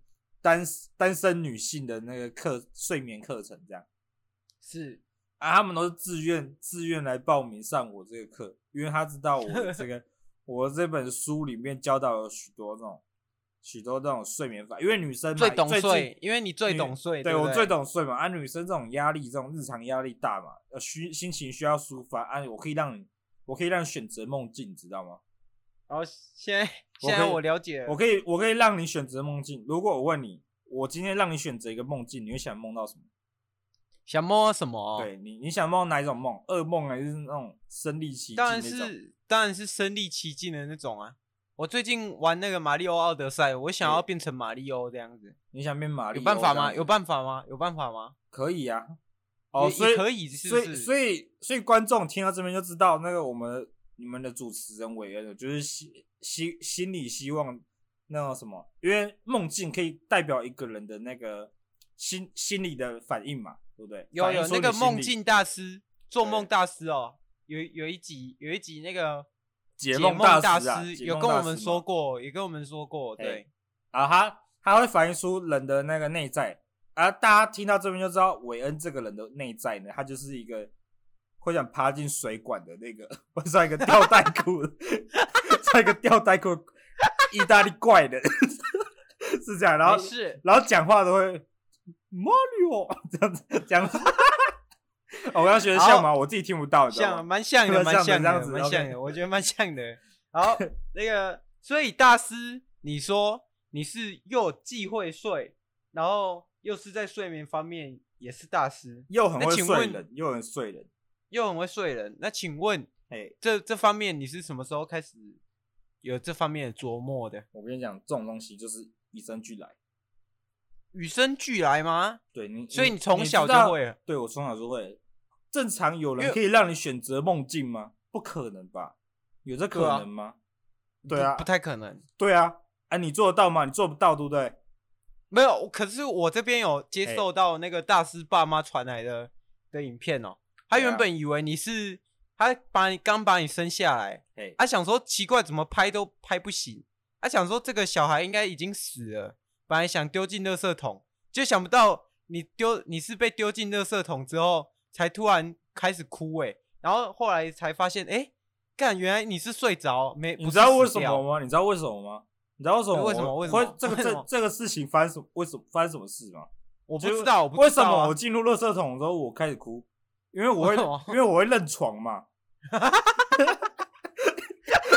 [SPEAKER 2] 单单身女性的那个课睡眠课程这样，
[SPEAKER 1] 是
[SPEAKER 2] 啊，他们都是自愿自愿来报名上我这个课，因为他知道我的这
[SPEAKER 1] <laughs>
[SPEAKER 2] 个我这本书里面教到有许多那种许多那种睡眠法，因为女生嘛
[SPEAKER 1] 最懂
[SPEAKER 2] 近
[SPEAKER 1] 睡，因为你最
[SPEAKER 2] 女
[SPEAKER 1] 懂睡，
[SPEAKER 2] 对
[SPEAKER 1] 不
[SPEAKER 2] 我
[SPEAKER 1] 对
[SPEAKER 2] 最懂睡嘛。啊，女生这种压力，这种日常压力大嘛，呃，需心情需要抒发啊，我可以让你，我可以让你选择梦境，你知道吗？
[SPEAKER 1] 然后现在
[SPEAKER 2] 我
[SPEAKER 1] <laughs> 现在
[SPEAKER 2] 可以
[SPEAKER 1] 我了解了，
[SPEAKER 2] 我可以，我可以让你选择梦境。如果我问你，我今天让你选择一个梦境，你会想梦到什么？
[SPEAKER 1] 想摸什么？，
[SPEAKER 2] 对你，你想梦到哪一种梦？噩梦还是那种身临其境
[SPEAKER 1] 当然
[SPEAKER 2] 那种？
[SPEAKER 1] 是当然是身临其境的那种啊。我最近玩那个《马里奥奥德赛》，我想要变成马里奥这样子，
[SPEAKER 2] 你想变玛丽？
[SPEAKER 1] 有办法吗？有？办法吗？有办法吗？
[SPEAKER 2] 可以啊。哦，
[SPEAKER 1] 也
[SPEAKER 2] 所以
[SPEAKER 1] 也可以，是
[SPEAKER 2] 所
[SPEAKER 1] 不
[SPEAKER 2] 以
[SPEAKER 1] 是？
[SPEAKER 2] 所以所以观众听到这边就知道，那个我们你们的主持人韦恩就是希希心里希望那种什么，因为梦境可以代表一个人的那个心心理的反应嘛，对不对？
[SPEAKER 1] 有
[SPEAKER 2] 反映
[SPEAKER 1] 有
[SPEAKER 2] 出
[SPEAKER 1] 那
[SPEAKER 2] 你
[SPEAKER 1] 个
[SPEAKER 2] 心
[SPEAKER 1] 梦
[SPEAKER 2] 理
[SPEAKER 1] 境大师、做梦
[SPEAKER 2] 对
[SPEAKER 1] 大师哦，有有一集有一集那个
[SPEAKER 2] 解
[SPEAKER 1] 梦
[SPEAKER 2] 梦
[SPEAKER 1] 大
[SPEAKER 2] 师啊，解
[SPEAKER 1] 有
[SPEAKER 2] 梦
[SPEAKER 1] 跟
[SPEAKER 2] 大
[SPEAKER 1] 我们
[SPEAKER 2] 师
[SPEAKER 1] 说
[SPEAKER 2] 嘛
[SPEAKER 1] 过，也跟我们说过，
[SPEAKER 2] 哎
[SPEAKER 1] 对，
[SPEAKER 2] 啊，他他会反映出人的那个内在啊。大家听到这边就知道韦恩这个人的内在呢，他就是一个会想爬进水管的那个，会穿一个吊带裤的， <laughs> 穿一个吊带裤，意大利怪人是这样。然后
[SPEAKER 1] 没事，
[SPEAKER 2] 然后讲话都会 Mario 这样子讲。 <laughs> 哦我要学的像吗？我自己听不到，你知道
[SPEAKER 1] 像
[SPEAKER 2] 吗？
[SPEAKER 1] 蛮像
[SPEAKER 2] <laughs>
[SPEAKER 1] 的，
[SPEAKER 2] 哦
[SPEAKER 1] 蛮
[SPEAKER 2] 像的
[SPEAKER 1] 像
[SPEAKER 2] 这样
[SPEAKER 1] 的，
[SPEAKER 2] 子
[SPEAKER 1] 蛮
[SPEAKER 2] OK
[SPEAKER 1] 像的，我觉得蛮像的。好，那个，所以大师，你说你是又既会睡，然后又是在睡眠方面也是大师，
[SPEAKER 2] 又很
[SPEAKER 1] 那
[SPEAKER 2] 会
[SPEAKER 1] 请
[SPEAKER 2] 睡
[SPEAKER 1] 问
[SPEAKER 2] 人，又很睡人。
[SPEAKER 1] 又很会睡人。那请问
[SPEAKER 2] 哎，
[SPEAKER 1] 这这方面你是什么时候开始有这方面的琢磨的？
[SPEAKER 2] 我跟你讲，这种东西就是与生俱来。
[SPEAKER 1] 与生俱来吗？
[SPEAKER 2] 对你，
[SPEAKER 1] 所以
[SPEAKER 2] 你
[SPEAKER 1] 你从
[SPEAKER 2] 知
[SPEAKER 1] 小就
[SPEAKER 2] 道
[SPEAKER 1] 会了。
[SPEAKER 2] 对我从小就会。正常有
[SPEAKER 1] 因
[SPEAKER 2] 人
[SPEAKER 1] 为
[SPEAKER 2] 可以让你选择梦境吗？不可能吧？有这可
[SPEAKER 1] 对啊
[SPEAKER 2] 能吗？对啊
[SPEAKER 1] 不，不太可能。
[SPEAKER 2] 对啊，啊，你做得到吗？你做不到，对不对？
[SPEAKER 1] 没有，可是我这边有接
[SPEAKER 2] 哎
[SPEAKER 1] 受到那个大师爸妈传来的的影片哦。他
[SPEAKER 2] 对啊
[SPEAKER 1] 原本以为你是他把你刚把你生下来，
[SPEAKER 2] 哎
[SPEAKER 1] 他想说奇怪怎么拍都拍不醒，他想说这个小孩应该已经死了，本来想丢进垃圾桶，就想不到你丢你是被丢进垃圾桶之后才突然开始枯萎，然后后来才发现，哎，干原来你是睡着没？
[SPEAKER 2] 你
[SPEAKER 1] 不
[SPEAKER 2] 知道
[SPEAKER 1] 是
[SPEAKER 2] 为
[SPEAKER 1] 死
[SPEAKER 2] 什
[SPEAKER 1] 掉
[SPEAKER 2] 么吗？你知道为什么吗？你知道为什么
[SPEAKER 1] 为什么
[SPEAKER 2] 我
[SPEAKER 1] 为什
[SPEAKER 2] 会
[SPEAKER 1] 么
[SPEAKER 2] 这个
[SPEAKER 1] 为什么
[SPEAKER 2] 这这个事情发生什么？为什么发生什么事吗？
[SPEAKER 1] 我
[SPEAKER 2] 我
[SPEAKER 1] 不知道，我不
[SPEAKER 2] 为
[SPEAKER 1] 知
[SPEAKER 2] 什
[SPEAKER 1] 道啊
[SPEAKER 2] 么我进入垃圾桶之后我开始哭，因为我会
[SPEAKER 1] 为什么
[SPEAKER 2] 因为我会认床嘛， <laughs>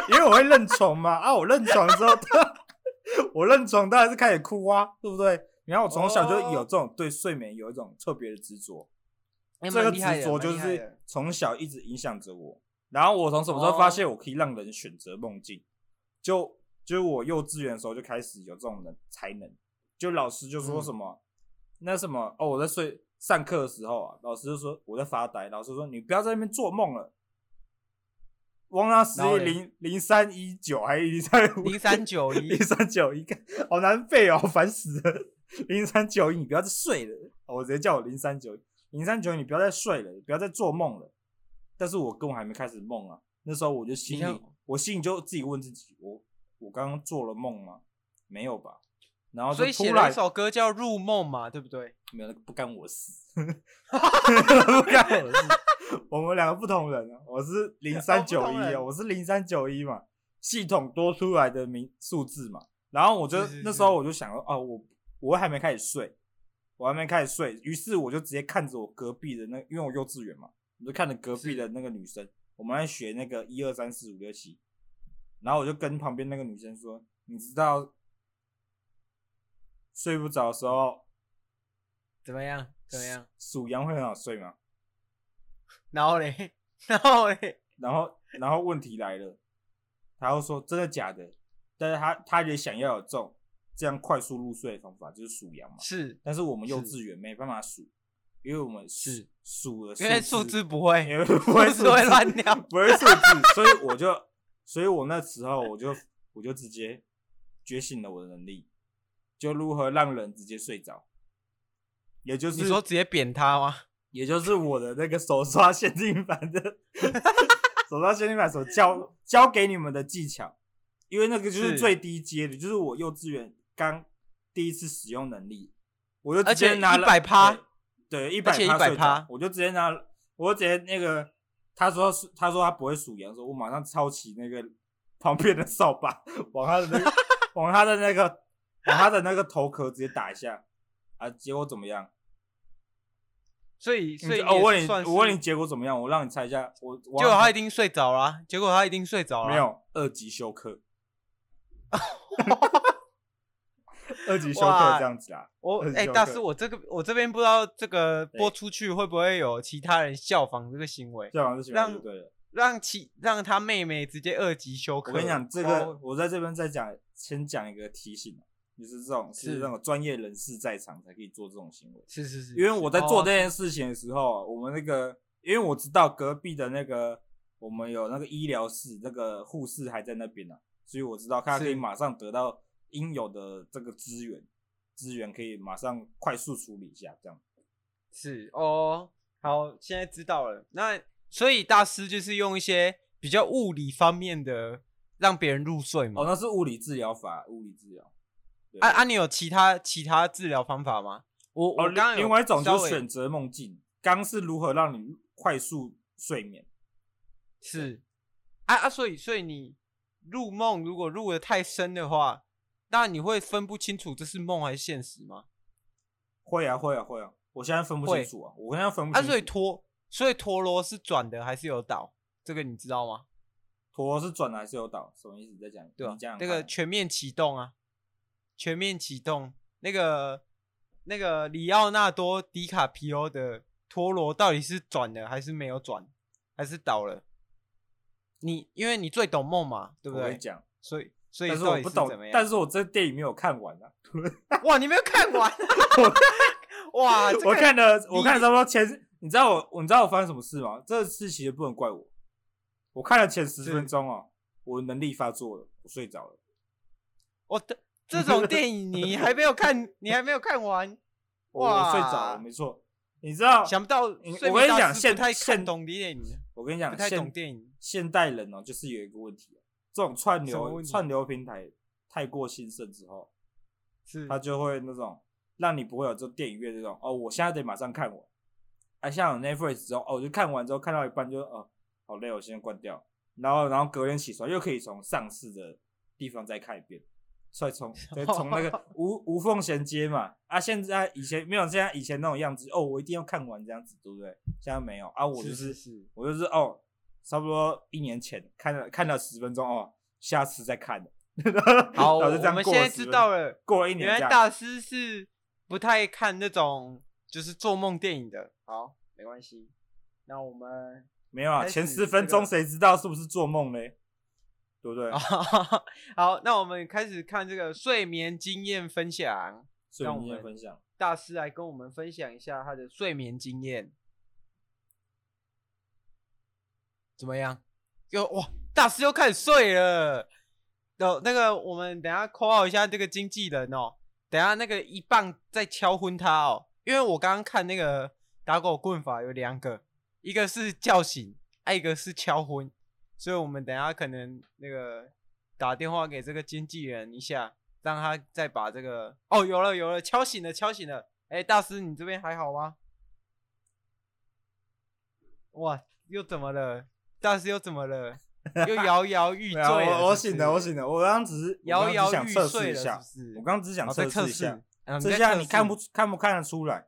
[SPEAKER 2] 因为我会认床嘛啊！我认床之后， <laughs> 我认床当然是开始哭啊，对不对？你看我从小就有这种对睡眠有一种特别的执着，
[SPEAKER 1] 哎
[SPEAKER 2] 这个
[SPEAKER 1] 蛮厉害
[SPEAKER 2] 执
[SPEAKER 1] 的
[SPEAKER 2] 着
[SPEAKER 1] 蛮
[SPEAKER 2] 就
[SPEAKER 1] 厉害的
[SPEAKER 2] 是从小一直影响着我。然后我从什么时候发现
[SPEAKER 1] 哦
[SPEAKER 2] 我可以让人选择梦境？就就是我幼稚园的时候就开始有这种能才能，就老师就
[SPEAKER 1] 嗯
[SPEAKER 2] 说什么、那什么哦，我在睡上课的时候啊，老师就说我在发呆，老师说你不要在那边做梦了。汪洋十
[SPEAKER 1] 然后
[SPEAKER 2] 一
[SPEAKER 1] 嘞
[SPEAKER 2] 零零三一九还零三五
[SPEAKER 1] 零三九一
[SPEAKER 2] 零三九一，看好难背哦，烦死了。零三九一，你不要再睡了，哦我直接叫我零三九一，零三九一，你不要再睡了，你不要再做梦了。但是我根本还没开始梦啊，那时候我就心
[SPEAKER 1] 你
[SPEAKER 2] 里
[SPEAKER 1] 像，
[SPEAKER 2] 我心里就自己问自己，我我刚刚做了梦吗？没有吧。然后
[SPEAKER 1] 所
[SPEAKER 2] 就
[SPEAKER 1] 以
[SPEAKER 2] 突
[SPEAKER 1] 写了
[SPEAKER 2] 然
[SPEAKER 1] 一首歌叫《入梦》嘛，对不对？
[SPEAKER 2] 没有，那个不干我事， <laughs> 不干我事。我们两个不同人啊，我是零三九
[SPEAKER 1] 哦不同
[SPEAKER 2] 一啊，
[SPEAKER 1] 人
[SPEAKER 2] 我是零三九一嘛，系统多出来的名数字嘛。然后我就是
[SPEAKER 1] 是
[SPEAKER 2] 那
[SPEAKER 1] 是
[SPEAKER 2] 时候我就想说，哦，我我还没开始睡，我还没开始睡，于是我就直接看着我隔壁的那，因为我幼稚园嘛，我就看着隔壁的那个女生，我们在学那个一二三四五六七，然后我就跟旁边那个女生说，你知道睡不着的时候
[SPEAKER 1] 怎么样？怎么样？
[SPEAKER 2] 数羊会很好睡吗？
[SPEAKER 1] 然后嘞，然后嘞，
[SPEAKER 2] 然后然后问题来了，他又说真的假的，但是他他也想要有这种这样快速入睡的方法，就是数羊嘛。
[SPEAKER 1] <laughs> 是
[SPEAKER 2] 但是我们幼
[SPEAKER 1] 是
[SPEAKER 2] 稚园没办法数，因为我们
[SPEAKER 1] 是
[SPEAKER 2] 数了
[SPEAKER 1] 因为数
[SPEAKER 2] 字
[SPEAKER 1] 字不会，
[SPEAKER 2] 因为不会
[SPEAKER 1] 数字会乱掉 <laughs>
[SPEAKER 2] 不会数字，所以我就，所以我那时候我就我就直接觉醒了我的能力，就如何让人直接睡着，也就是
[SPEAKER 1] 你说直接扁他吗？
[SPEAKER 2] 也就是我的那个手刷限定版的手刷限定版所教教给你们的技巧，因为那个就是
[SPEAKER 1] 是
[SPEAKER 2] 最低阶的，就是我幼稚园刚第一次使用能力，我就
[SPEAKER 1] 而
[SPEAKER 2] 直接
[SPEAKER 1] 且
[SPEAKER 2] 拿了
[SPEAKER 1] 100%
[SPEAKER 2] 对，一百
[SPEAKER 1] 而且
[SPEAKER 2] 趴
[SPEAKER 1] 100%
[SPEAKER 2] 睡着，我就直接拿，我就直接那个他说是他说他不会数羊，说我马上抄起那个旁边的扫把，往他的那个往他的那个往他的那个头壳直接打一下啊，结果怎么样？
[SPEAKER 1] 所以
[SPEAKER 2] 你
[SPEAKER 1] 所以
[SPEAKER 2] 哦，我问
[SPEAKER 1] 也
[SPEAKER 2] 你
[SPEAKER 1] 算，是
[SPEAKER 2] 我问你，结果怎么样？我让你猜一下，我
[SPEAKER 1] 结
[SPEAKER 2] 结
[SPEAKER 1] 果他一定睡着啦，结果他一定睡着了，啊
[SPEAKER 2] 没，有二级休克，二级休克
[SPEAKER 1] 哇
[SPEAKER 2] 这样子啊？
[SPEAKER 1] 我
[SPEAKER 2] 二级
[SPEAKER 1] 哎、
[SPEAKER 2] 休
[SPEAKER 1] 大
[SPEAKER 2] 克
[SPEAKER 1] 师，我这个我这边不知道这个播出去会不会有其他人效仿这个行为，
[SPEAKER 2] 这好像是
[SPEAKER 1] 让
[SPEAKER 2] 对了。
[SPEAKER 1] 让其让他妹妹直接二级休克。
[SPEAKER 2] 我跟你讲，这
[SPEAKER 1] 哦
[SPEAKER 2] 个我在这边再讲，先讲一个提醒啊，就是这种是
[SPEAKER 1] 是
[SPEAKER 2] 那种专业人士在场才可以做这种行为。
[SPEAKER 1] 是是是，
[SPEAKER 2] 因为我在做
[SPEAKER 1] 哦
[SPEAKER 2] 这件事情的时候，我们那个，因为我知道隔壁的那个，我们有那个医疗室，那个护士还在那边呢、所以我知道他
[SPEAKER 1] 是
[SPEAKER 2] 可以马上得到应有的这个资源，资源可以马上快速处理一下，这样。
[SPEAKER 1] 是哦，好，现在知道了。那所以大师就是用一些比较物理方面的让别人入睡嘛。
[SPEAKER 2] 哦，那是物理治疗法，物理治疗。对
[SPEAKER 1] 啊啊，你有其他其他治疗方法吗？我我
[SPEAKER 2] 哦，
[SPEAKER 1] 刚刚有
[SPEAKER 2] 另另外一种
[SPEAKER 1] 稍
[SPEAKER 2] 就是
[SPEAKER 1] 微
[SPEAKER 2] 选择梦境，刚是如何让你快速睡眠。
[SPEAKER 1] 是啊啊，所以所以你入梦如果入的太深的话，那你会分不清楚这是梦还是现实吗？
[SPEAKER 2] 会啊，会啊，会啊！我现在分不
[SPEAKER 1] 会
[SPEAKER 2] 清楚啊，我现在分不
[SPEAKER 1] 啊，
[SPEAKER 2] 清楚。
[SPEAKER 1] 所以陀所以陀螺是转的还是有倒？这个你知道吗？
[SPEAKER 2] 陀螺是转的还是有倒？什么意思？你再讲，
[SPEAKER 1] 对吧、啊
[SPEAKER 2] 你讲讲
[SPEAKER 1] 那个
[SPEAKER 2] 看
[SPEAKER 1] 全面启动啊，全面启动，那个那个里奥纳多·迪卡皮欧的陀螺到底是转了还是没有转，还是倒了？你因为你最懂梦嘛，对不
[SPEAKER 2] 我跟
[SPEAKER 1] 对
[SPEAKER 2] 你？讲，
[SPEAKER 1] 所以所以
[SPEAKER 2] 但是
[SPEAKER 1] 到
[SPEAKER 2] 我
[SPEAKER 1] 底
[SPEAKER 2] 不
[SPEAKER 1] 是
[SPEAKER 2] 懂
[SPEAKER 1] 怎么，样？
[SPEAKER 2] 但是我这电影没有看完啊。
[SPEAKER 1] 哇，你没有看完、 <laughs> 哇，啊这
[SPEAKER 2] 我
[SPEAKER 1] 个
[SPEAKER 2] 看了，
[SPEAKER 1] 你
[SPEAKER 2] 我看了差不多前，你知道我，你知道我发生什么事吗？这事其实不能怪我，我看了前十
[SPEAKER 1] 是
[SPEAKER 2] 分钟哦，我能力发作了，我睡着了。
[SPEAKER 1] 我的这种电影你还没有
[SPEAKER 2] <laughs>
[SPEAKER 1] 看，你还没有看完，
[SPEAKER 2] 我我睡着
[SPEAKER 1] 哇
[SPEAKER 2] 了，没错。你知道，
[SPEAKER 1] 想不到
[SPEAKER 2] 你
[SPEAKER 1] 睡
[SPEAKER 2] 哦我
[SPEAKER 1] 眠
[SPEAKER 2] 跟你
[SPEAKER 1] 大
[SPEAKER 2] 讲
[SPEAKER 1] 师
[SPEAKER 2] 现
[SPEAKER 1] 不太看
[SPEAKER 2] 现
[SPEAKER 1] 懂电影，
[SPEAKER 2] 我跟你
[SPEAKER 1] 不
[SPEAKER 2] 讲，
[SPEAKER 1] 太
[SPEAKER 2] 现
[SPEAKER 1] 懂电影
[SPEAKER 2] 现代人哦，就是有一个问题啊，这种串
[SPEAKER 1] 什么
[SPEAKER 2] 流
[SPEAKER 1] 问题
[SPEAKER 2] 串流平台太过兴盛之后，
[SPEAKER 1] 是
[SPEAKER 2] 它就会那种让你不会有这种电影院这种哦，我现在得马上看完。啊，像有 Netflix 之后，哦，我就看完之后看到一半就哦，好累，我先关掉。然后，然后隔天起床又可以从上市的地方再看一遍，再从再从
[SPEAKER 1] <laughs>
[SPEAKER 2] 那个无无缝衔接嘛。啊，现在以前没有现在以前那种样子，哦，我一定要看完这样子，对不对？现在没有啊，我就是
[SPEAKER 1] 是
[SPEAKER 2] 我就是哦，差不多一年前看了看了十分钟哦，下次再看。 <laughs>
[SPEAKER 1] <laughs> 好，
[SPEAKER 2] 然后就这
[SPEAKER 1] 我
[SPEAKER 2] 样
[SPEAKER 1] 们
[SPEAKER 2] 过
[SPEAKER 1] 现
[SPEAKER 2] 了
[SPEAKER 1] 在
[SPEAKER 2] 10
[SPEAKER 1] 知
[SPEAKER 2] 分
[SPEAKER 1] 道了，
[SPEAKER 2] 过了一年
[SPEAKER 1] 原
[SPEAKER 2] 这
[SPEAKER 1] 来
[SPEAKER 2] 样
[SPEAKER 1] 大师是不太看那种就是做梦电影的。好，没关系。那我们 <laughs>
[SPEAKER 2] 没有啊，
[SPEAKER 1] 开始
[SPEAKER 2] 前
[SPEAKER 1] 这
[SPEAKER 2] 十分钟
[SPEAKER 1] 个哦
[SPEAKER 2] 谁知道是不是做梦嘞？对不对？
[SPEAKER 1] 好，那我们开始看这个睡眠经验分享。
[SPEAKER 2] 所以
[SPEAKER 1] 让我
[SPEAKER 2] 你也
[SPEAKER 1] 们
[SPEAKER 2] 分享。
[SPEAKER 1] 大师来跟我们分享一下他的睡眠经验，怎么样？又哇，大师又开始睡了。哦，那个我们等一下 call out 一下这个经纪人哦，等一下那个一棒再敲昏他哦，因为我刚刚看那个打狗棍法有两个，一个是叫醒，啊一个是敲昏，所以我们等一下可能那个打电话给这个经纪人一下，让他再把这个哦，有了有了，敲醒了敲醒了。哎、大师，你这边还好吗？哇，又怎么了？大师又怎么了？
[SPEAKER 2] <laughs>
[SPEAKER 1] 又摇摇欲坠
[SPEAKER 2] 对啊，
[SPEAKER 1] 了
[SPEAKER 2] 我我
[SPEAKER 1] 是不
[SPEAKER 2] 醒了，
[SPEAKER 1] 是
[SPEAKER 2] 我醒了，我刚刚只是
[SPEAKER 1] 摇摇
[SPEAKER 2] 我刚
[SPEAKER 1] 欲
[SPEAKER 2] 刚只想测
[SPEAKER 1] 睡
[SPEAKER 2] 试一
[SPEAKER 1] 了，
[SPEAKER 2] 下，
[SPEAKER 1] 是不是？
[SPEAKER 2] 我刚刚只是想
[SPEAKER 1] 哦在
[SPEAKER 2] 测
[SPEAKER 1] 测
[SPEAKER 2] 试一下，，
[SPEAKER 1] 嗯
[SPEAKER 2] 这
[SPEAKER 1] 在
[SPEAKER 2] 下
[SPEAKER 1] 测
[SPEAKER 2] 你看
[SPEAKER 1] 试
[SPEAKER 2] 不出看不看得出来，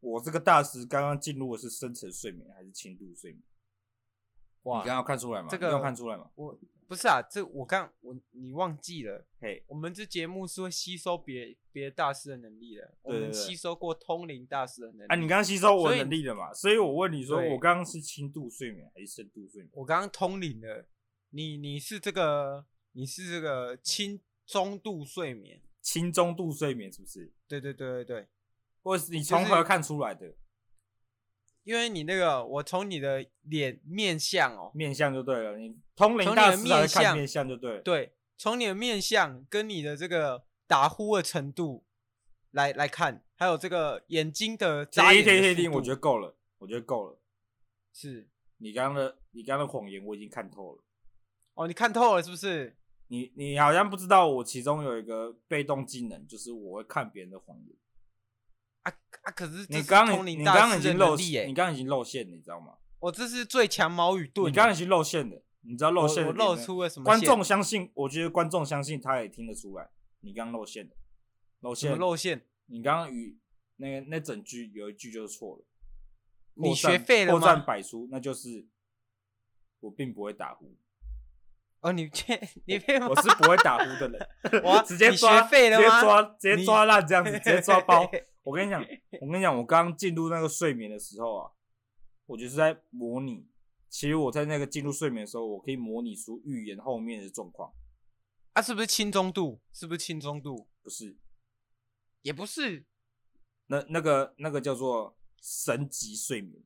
[SPEAKER 2] 我这个大师刚刚进入的是深层睡眠还是轻度睡眠？你
[SPEAKER 1] 哇
[SPEAKER 2] 刚？刚有看出来吗？
[SPEAKER 1] 这
[SPEAKER 2] 你有
[SPEAKER 1] 个
[SPEAKER 2] 看出来吗？
[SPEAKER 1] 我不是啊，这我刚我你忘记了，
[SPEAKER 2] 嘿，
[SPEAKER 1] 我们这节目是会吸收别别大师的能力的，我
[SPEAKER 2] 对
[SPEAKER 1] 们
[SPEAKER 2] 对对
[SPEAKER 1] 吸收过通灵大师的能力。
[SPEAKER 2] 啊，你刚刚吸收我
[SPEAKER 1] 所以
[SPEAKER 2] 的能力了嘛？所以我问你说，
[SPEAKER 1] 对
[SPEAKER 2] 我刚刚是轻度睡眠还是深度睡眠？
[SPEAKER 1] 我刚刚通灵了，你你是这个你是这个轻中度睡眠，
[SPEAKER 2] 轻中度睡眠是不是？
[SPEAKER 1] 对对对对对，
[SPEAKER 2] 或是你
[SPEAKER 1] 就
[SPEAKER 2] 从
[SPEAKER 1] 是
[SPEAKER 2] 何看出来的
[SPEAKER 1] 因为你那个我从你的脸面相哦，
[SPEAKER 2] 面相就对了。你通灵
[SPEAKER 1] 从你
[SPEAKER 2] 大
[SPEAKER 1] 的
[SPEAKER 2] 师还
[SPEAKER 1] 面
[SPEAKER 2] 是看
[SPEAKER 1] 相
[SPEAKER 2] 面相就对了。
[SPEAKER 1] 对，从你的面相跟你的这个打呼的程度来来看，还有这个眼睛的眨
[SPEAKER 2] 停
[SPEAKER 1] 眼的
[SPEAKER 2] 停停
[SPEAKER 1] 速
[SPEAKER 2] 停，我
[SPEAKER 1] 度
[SPEAKER 2] 觉得够了，我觉得够了。
[SPEAKER 1] 是
[SPEAKER 2] 你刚刚的你刚刚的谎言我已经看透了。
[SPEAKER 1] 哦，你看透了是不是？
[SPEAKER 2] 你你好像不知道我其中有一个被动技能，就是我会看别人的谎言。
[SPEAKER 1] 啊啊！可是这
[SPEAKER 2] 你
[SPEAKER 1] 是
[SPEAKER 2] 刚
[SPEAKER 1] 通
[SPEAKER 2] 刚
[SPEAKER 1] 灵
[SPEAKER 2] 你
[SPEAKER 1] 大
[SPEAKER 2] 刚刚
[SPEAKER 1] 师
[SPEAKER 2] 已
[SPEAKER 1] 的
[SPEAKER 2] 经露
[SPEAKER 1] 能力耶、
[SPEAKER 2] 你刚刚已经露馅了，你知道吗？
[SPEAKER 1] 我这是最强毛语盾
[SPEAKER 2] 你
[SPEAKER 1] 耶，
[SPEAKER 2] 刚刚已经露馅了，你知道露
[SPEAKER 1] 我
[SPEAKER 2] 馅
[SPEAKER 1] 我
[SPEAKER 2] 了
[SPEAKER 1] 露
[SPEAKER 2] 点呢
[SPEAKER 1] 出了什么
[SPEAKER 2] 观
[SPEAKER 1] 线
[SPEAKER 2] 众相信，我觉得观众相信他也听得出来，你刚刚露馅了，露
[SPEAKER 1] 什
[SPEAKER 2] 馅
[SPEAKER 1] 么
[SPEAKER 2] 了，
[SPEAKER 1] 露馅？
[SPEAKER 2] 你刚刚与那个那整句有一句就是错了，
[SPEAKER 1] 你
[SPEAKER 2] 破绽
[SPEAKER 1] 学废了
[SPEAKER 2] 破绽
[SPEAKER 1] 吗
[SPEAKER 2] 百出，那就是我并不会打呼，
[SPEAKER 1] 哦，你 <laughs> 骗你骗
[SPEAKER 2] 我是不会打呼的
[SPEAKER 1] <laughs>
[SPEAKER 2] 人，
[SPEAKER 1] 哇
[SPEAKER 2] 直接
[SPEAKER 1] 你
[SPEAKER 2] 抓，
[SPEAKER 1] 学废了
[SPEAKER 2] 直接
[SPEAKER 1] 吗
[SPEAKER 2] 抓，直接
[SPEAKER 1] 你。
[SPEAKER 2] 抓烂这样子，直接抓包
[SPEAKER 1] <laughs>
[SPEAKER 2] 我跟你讲，我跟你讲，我刚进入那个睡眠的时候啊，我就是在模拟。其实我在那个进入睡眠的时候，我可以模拟出预言后面的状况，
[SPEAKER 1] 啊，是不是轻中度？是不是轻中度？
[SPEAKER 2] 不是
[SPEAKER 1] 也不是
[SPEAKER 2] 那那个那个叫做神级睡眠，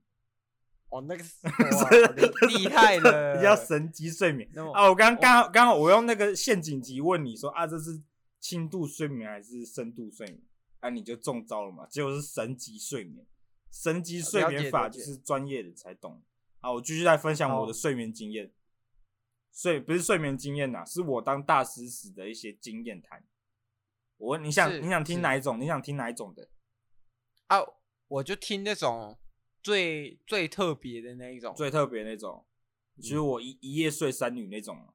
[SPEAKER 1] 哦，那个
[SPEAKER 2] <laughs>
[SPEAKER 1] 是哇厉害了，
[SPEAKER 2] 叫神级睡眠
[SPEAKER 1] 那么
[SPEAKER 2] 啊！我刚刚刚好我用那个陷阱题问你说啊，这是轻度睡眠还是深度睡眠？啊，你就中招了嘛！结果是神级睡眠，神级睡
[SPEAKER 1] 了解
[SPEAKER 2] 眠法
[SPEAKER 1] 了
[SPEAKER 2] 就
[SPEAKER 1] 解
[SPEAKER 2] 是专业的才懂。啊，我继续来分享我
[SPEAKER 1] 好
[SPEAKER 2] 的睡眠经验，睡不是睡眠经验呐、是我当大师时的一些经验谈。我问你想
[SPEAKER 1] 是
[SPEAKER 2] 你想
[SPEAKER 1] 是
[SPEAKER 2] 听哪一种？你想听哪一种的？
[SPEAKER 1] 啊！我就听那种最最特别的那一种，
[SPEAKER 2] 最特别那种，就是
[SPEAKER 1] 嗯
[SPEAKER 2] 我一一夜睡三女那种啊。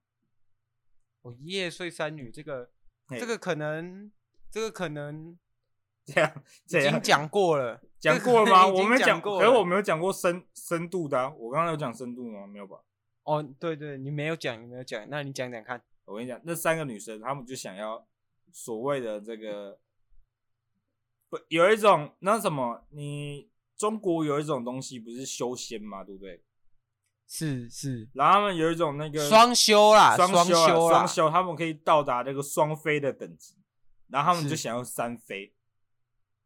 [SPEAKER 1] 我一哦夜睡三女这个
[SPEAKER 2] 嘿
[SPEAKER 1] 这个可能这个可能
[SPEAKER 2] 这样
[SPEAKER 1] 已
[SPEAKER 2] 这样
[SPEAKER 1] 经讲过了，
[SPEAKER 2] 啊 <laughs> 讲
[SPEAKER 1] 这个
[SPEAKER 2] 过了吗？
[SPEAKER 1] 已经
[SPEAKER 2] 我没
[SPEAKER 1] 讲过
[SPEAKER 2] 过，
[SPEAKER 1] 了
[SPEAKER 2] 可是我没有讲过深深度的、啊。我刚刚有讲深度吗？没有吧？
[SPEAKER 1] 哦，对对，你没有讲，你没有讲，那你讲讲看。
[SPEAKER 2] 我跟你讲，那三个女生她们就想要所谓的这个，不有一种那什么，你中国有一种东西不是修仙嘛，对不对？
[SPEAKER 1] 是是，
[SPEAKER 2] 然后他们有一种那个
[SPEAKER 1] 双修啦，
[SPEAKER 2] 双
[SPEAKER 1] 双
[SPEAKER 2] 修啊
[SPEAKER 1] 修啦
[SPEAKER 2] 双，修，他们可以到达那个双飞的等级，然后他们
[SPEAKER 1] 是
[SPEAKER 2] 就想要三飞，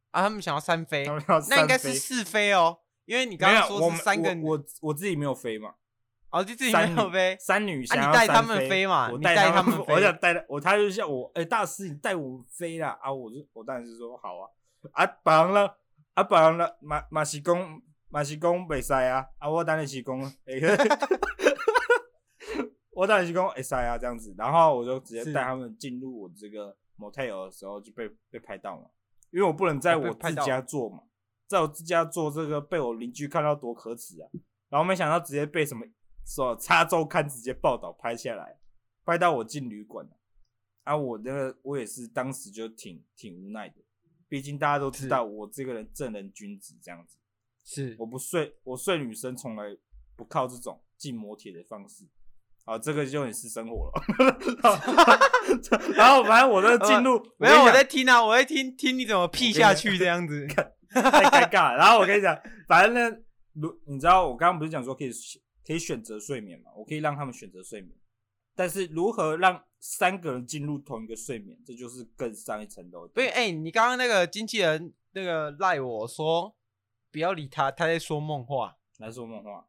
[SPEAKER 1] 啊，他们想要三飞
[SPEAKER 2] 他，们要
[SPEAKER 1] 那应该是
[SPEAKER 2] 三飞
[SPEAKER 1] 四飞哦，因为你刚
[SPEAKER 2] 没
[SPEAKER 1] 刚
[SPEAKER 2] 有我
[SPEAKER 1] 说
[SPEAKER 2] 们
[SPEAKER 1] 是三个女，
[SPEAKER 2] 我我我自己没有飞嘛，
[SPEAKER 1] 哦，就自己
[SPEAKER 2] 三
[SPEAKER 1] 没
[SPEAKER 2] 女
[SPEAKER 1] 有飞，啊
[SPEAKER 2] 三女想要
[SPEAKER 1] 你带
[SPEAKER 2] 三
[SPEAKER 1] 他们飞嘛
[SPEAKER 2] 我
[SPEAKER 1] 你
[SPEAKER 2] 带
[SPEAKER 1] 带他
[SPEAKER 2] 他
[SPEAKER 1] 们
[SPEAKER 2] <laughs> 我
[SPEAKER 1] 飞
[SPEAKER 2] 想带他我，他就像我，哎、大师你带我飞啦啊！我就我当然是说好啊，啊，别人了，啊，别人了，马马是讲马是讲袂使啊，啊， <laughs> 我当然是讲，哎、我当然是讲会使啊这样子，然后我就直接
[SPEAKER 1] 是
[SPEAKER 2] 带他们进入我这个 motel 的时候就被被拍到嘛，因为我不能在
[SPEAKER 1] 哦被
[SPEAKER 2] 我
[SPEAKER 1] 拍
[SPEAKER 2] 自
[SPEAKER 1] 到
[SPEAKER 2] 家做嘛，在我自家做这个被我邻居看到多可耻啊！然后没想到直接被什么说《插周刊》直接报道拍下来，拍到我进旅馆了。啊，我那个我也是当时就挺挺无奈的，毕竟大家都知道我这个人正人君子这样子，
[SPEAKER 1] 是
[SPEAKER 2] 我不睡我睡女生从来不靠这种进摩铁的方式。啊，这个就很私生活了。 <laughs> 然后反正我这进入，
[SPEAKER 1] 没有，
[SPEAKER 2] 我
[SPEAKER 1] 我
[SPEAKER 2] 跟你讲
[SPEAKER 1] 在听啊，我在听听你怎么
[SPEAKER 2] 跟
[SPEAKER 1] 屁
[SPEAKER 2] 你
[SPEAKER 1] 下
[SPEAKER 2] 讲
[SPEAKER 1] 去这样子。
[SPEAKER 2] <laughs> 太尴尬了。然后我跟你讲，反正呢，如你知道，我刚刚不是讲说可以选可以选择睡眠嘛？我可以让他们选择睡眠，但是如何让三个人进入同一个睡眠，这就是更上一层楼。
[SPEAKER 1] <laughs> 不是，哎、你刚刚那个经纪人那个赖我说不要理他，他在说梦话。
[SPEAKER 2] 来说
[SPEAKER 1] <laughs>
[SPEAKER 2] 梦话，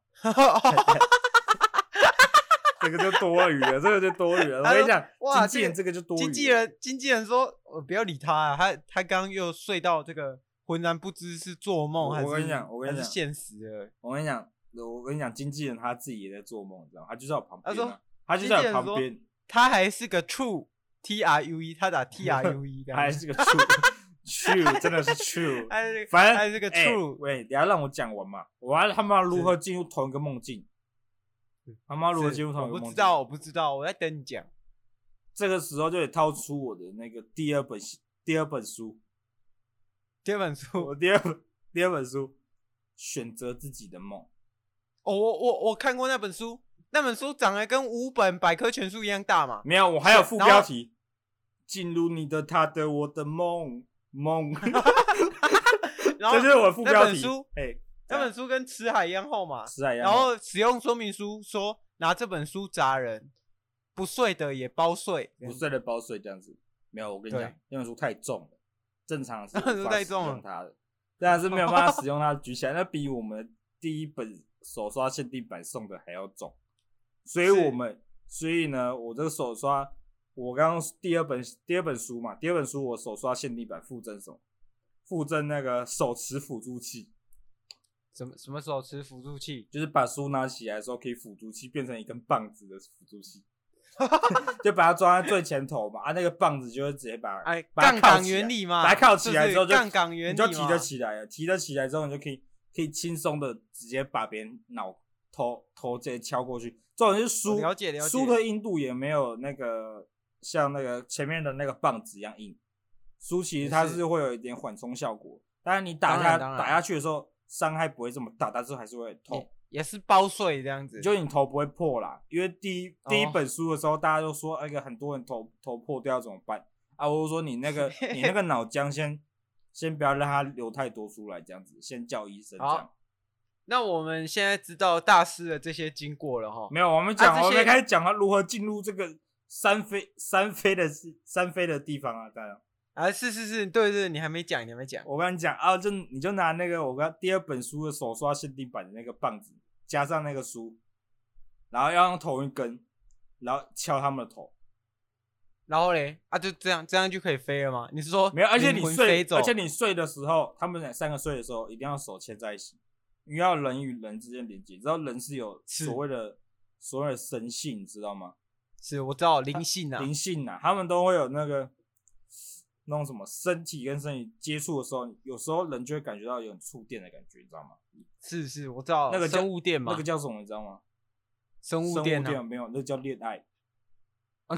[SPEAKER 2] 这个就多余了，这个就多余了。我
[SPEAKER 1] 他说
[SPEAKER 2] 跟你讲，
[SPEAKER 1] 哎哇
[SPEAKER 2] 经纪人这个就多余了。
[SPEAKER 1] 经纪人，经纪人说我不要理他、啊，他他刚刚又睡到这个浑然不知是做梦
[SPEAKER 2] 我
[SPEAKER 1] 还是
[SPEAKER 2] 我跟你讲我跟你
[SPEAKER 1] 还是
[SPEAKER 2] 讲
[SPEAKER 1] 现实的。
[SPEAKER 2] 我跟你讲，我跟你讲，经纪人他自己也在做梦，你知道吗？他就在我旁边
[SPEAKER 1] 他
[SPEAKER 2] 啊、
[SPEAKER 1] 说
[SPEAKER 2] 他
[SPEAKER 1] 经
[SPEAKER 2] 就在
[SPEAKER 1] 纪
[SPEAKER 2] 我
[SPEAKER 1] 人
[SPEAKER 2] 旁
[SPEAKER 1] 说
[SPEAKER 2] 边。
[SPEAKER 1] 他还是个 true <laughs> T R U E，他打 T R U E 的，
[SPEAKER 2] 还是个 true，true 真的是 true，
[SPEAKER 1] 还是
[SPEAKER 2] 反正
[SPEAKER 1] 还是个
[SPEAKER 2] 哎
[SPEAKER 1] true
[SPEAKER 2] 喂，你要让我讲完嘛？我要他妈如何进入同一个梦境
[SPEAKER 1] 是？
[SPEAKER 2] 他妈如何进入同一
[SPEAKER 1] 我
[SPEAKER 2] 个梦
[SPEAKER 1] 不
[SPEAKER 2] 境？
[SPEAKER 1] 知道，我不知道，我在等你讲。
[SPEAKER 2] 这个时候就得掏出我的那个第二本第二本书， <laughs>
[SPEAKER 1] 这本书，
[SPEAKER 2] 我第二本第二本书《选择自己的梦》。
[SPEAKER 1] 哦，我我我看过那本书，那本书长得跟五本百科全书一样大嘛。
[SPEAKER 2] 没有，我还有副
[SPEAKER 1] 然后
[SPEAKER 2] 标题：进入你的、他的、我的梦梦。
[SPEAKER 1] <laughs> 然后
[SPEAKER 2] 嗯这就是我的副标
[SPEAKER 1] 那本
[SPEAKER 2] 题
[SPEAKER 1] 书。
[SPEAKER 2] 哎，
[SPEAKER 1] 那本书跟辞海一样厚嘛，
[SPEAKER 2] 是啊，
[SPEAKER 1] 然后使用说明书说拿这本书砸人，不睡的也包嗯睡。
[SPEAKER 2] 不睡的包睡这样子。没有，我跟你讲
[SPEAKER 1] 对，
[SPEAKER 2] 那本书太重了，正
[SPEAKER 1] <laughs>
[SPEAKER 2] 常是
[SPEAKER 1] 那本书太重了
[SPEAKER 2] 了，它的，但是没有办法使用它
[SPEAKER 1] <laughs>
[SPEAKER 2] 举起来，那比我们第一本手刷限定版送的还要重。所以
[SPEAKER 1] 是
[SPEAKER 2] 我们，所以呢，我这个手刷，我刚刚第二本第二本书嘛，第二本书我手刷限定版附赠什么？附赠那个手持辅助器，
[SPEAKER 1] 什么什么时候吃辅助器？
[SPEAKER 2] 就是把书拿起来的时候可以辅助器变成一根棒子的辅
[SPEAKER 1] <laughs>
[SPEAKER 2] 助器，就把它装在最前头嘛，啊，那个棒子就会直接把
[SPEAKER 1] 哎，
[SPEAKER 2] 把它
[SPEAKER 1] 杠
[SPEAKER 2] 铐
[SPEAKER 1] 杆
[SPEAKER 2] 起
[SPEAKER 1] 原
[SPEAKER 2] 来
[SPEAKER 1] 理嘛，
[SPEAKER 2] 把它铐
[SPEAKER 1] 是
[SPEAKER 2] 起
[SPEAKER 1] 不
[SPEAKER 2] 来
[SPEAKER 1] 是
[SPEAKER 2] 之后就
[SPEAKER 1] 杠杆原
[SPEAKER 2] 你
[SPEAKER 1] 理
[SPEAKER 2] 就提
[SPEAKER 1] 嘛
[SPEAKER 2] 得起来了，提得起来之后你就可以可以轻松的直接把别人脑头头直接敲过去。重点是
[SPEAKER 1] 我
[SPEAKER 2] 书
[SPEAKER 1] 哦了解了解
[SPEAKER 2] 书的硬度也没有那个像那个前面的那个棒子一样硬，书其实它
[SPEAKER 1] 也是
[SPEAKER 2] 是会有一点缓冲效果，但是你打
[SPEAKER 1] 当
[SPEAKER 2] 下
[SPEAKER 1] 然当然
[SPEAKER 2] 打下去的时候，伤害不会这么大，但是还是会很痛。
[SPEAKER 1] 也是包睡这样子，
[SPEAKER 2] 就你头不会破啦，因为第一第一
[SPEAKER 1] 哦
[SPEAKER 2] 本书的时候，大家都说那哎个很多人头头破掉怎么办啊？我就说你那
[SPEAKER 1] <laughs>
[SPEAKER 2] 个你那个脑浆先先不要让它流太多出来，这样子先叫医生这样。
[SPEAKER 1] 好那我们现在知道大师的这些经过了哈，
[SPEAKER 2] 没有，我们讲、
[SPEAKER 1] 啊这
[SPEAKER 2] 我
[SPEAKER 1] 些
[SPEAKER 2] 们开始讲他如何进入这个三飞三飞的三飞的地方啊，当然。
[SPEAKER 1] 啊，是是是，对对，你还没讲，你还没讲，
[SPEAKER 2] 我跟你讲啊，就你就拿那个我刚第二本书的手刷限定版的那个棒子，加上那个书，然后要用头一根，然后敲他们的头。
[SPEAKER 1] 然后嘞，啊，就这样，这样就可以飞了吗？你是说
[SPEAKER 2] <laughs> 没有，而且你
[SPEAKER 1] 灵魂
[SPEAKER 2] 睡
[SPEAKER 1] 飞，走，
[SPEAKER 2] 而且你睡的时候，他们三个睡的时候一定要手牵在一起，因为要人与人之间连接。你知道人是有
[SPEAKER 1] 是
[SPEAKER 2] 所谓的所谓的神性，你知道吗？
[SPEAKER 1] 是我知道灵性啊，
[SPEAKER 2] 灵性啊，他们都会有那个那种什么身体跟身体接触的时候，有时候人就会感觉到有很触电的感觉，你知道吗？
[SPEAKER 1] 是是，我知道
[SPEAKER 2] 那个叫
[SPEAKER 1] 生物电嘛，
[SPEAKER 2] 那个叫什么，你知道吗？
[SPEAKER 1] 生
[SPEAKER 2] 生
[SPEAKER 1] 物
[SPEAKER 2] 物
[SPEAKER 1] 电啊，
[SPEAKER 2] 电没有，那个叫恋爱，
[SPEAKER 1] 啊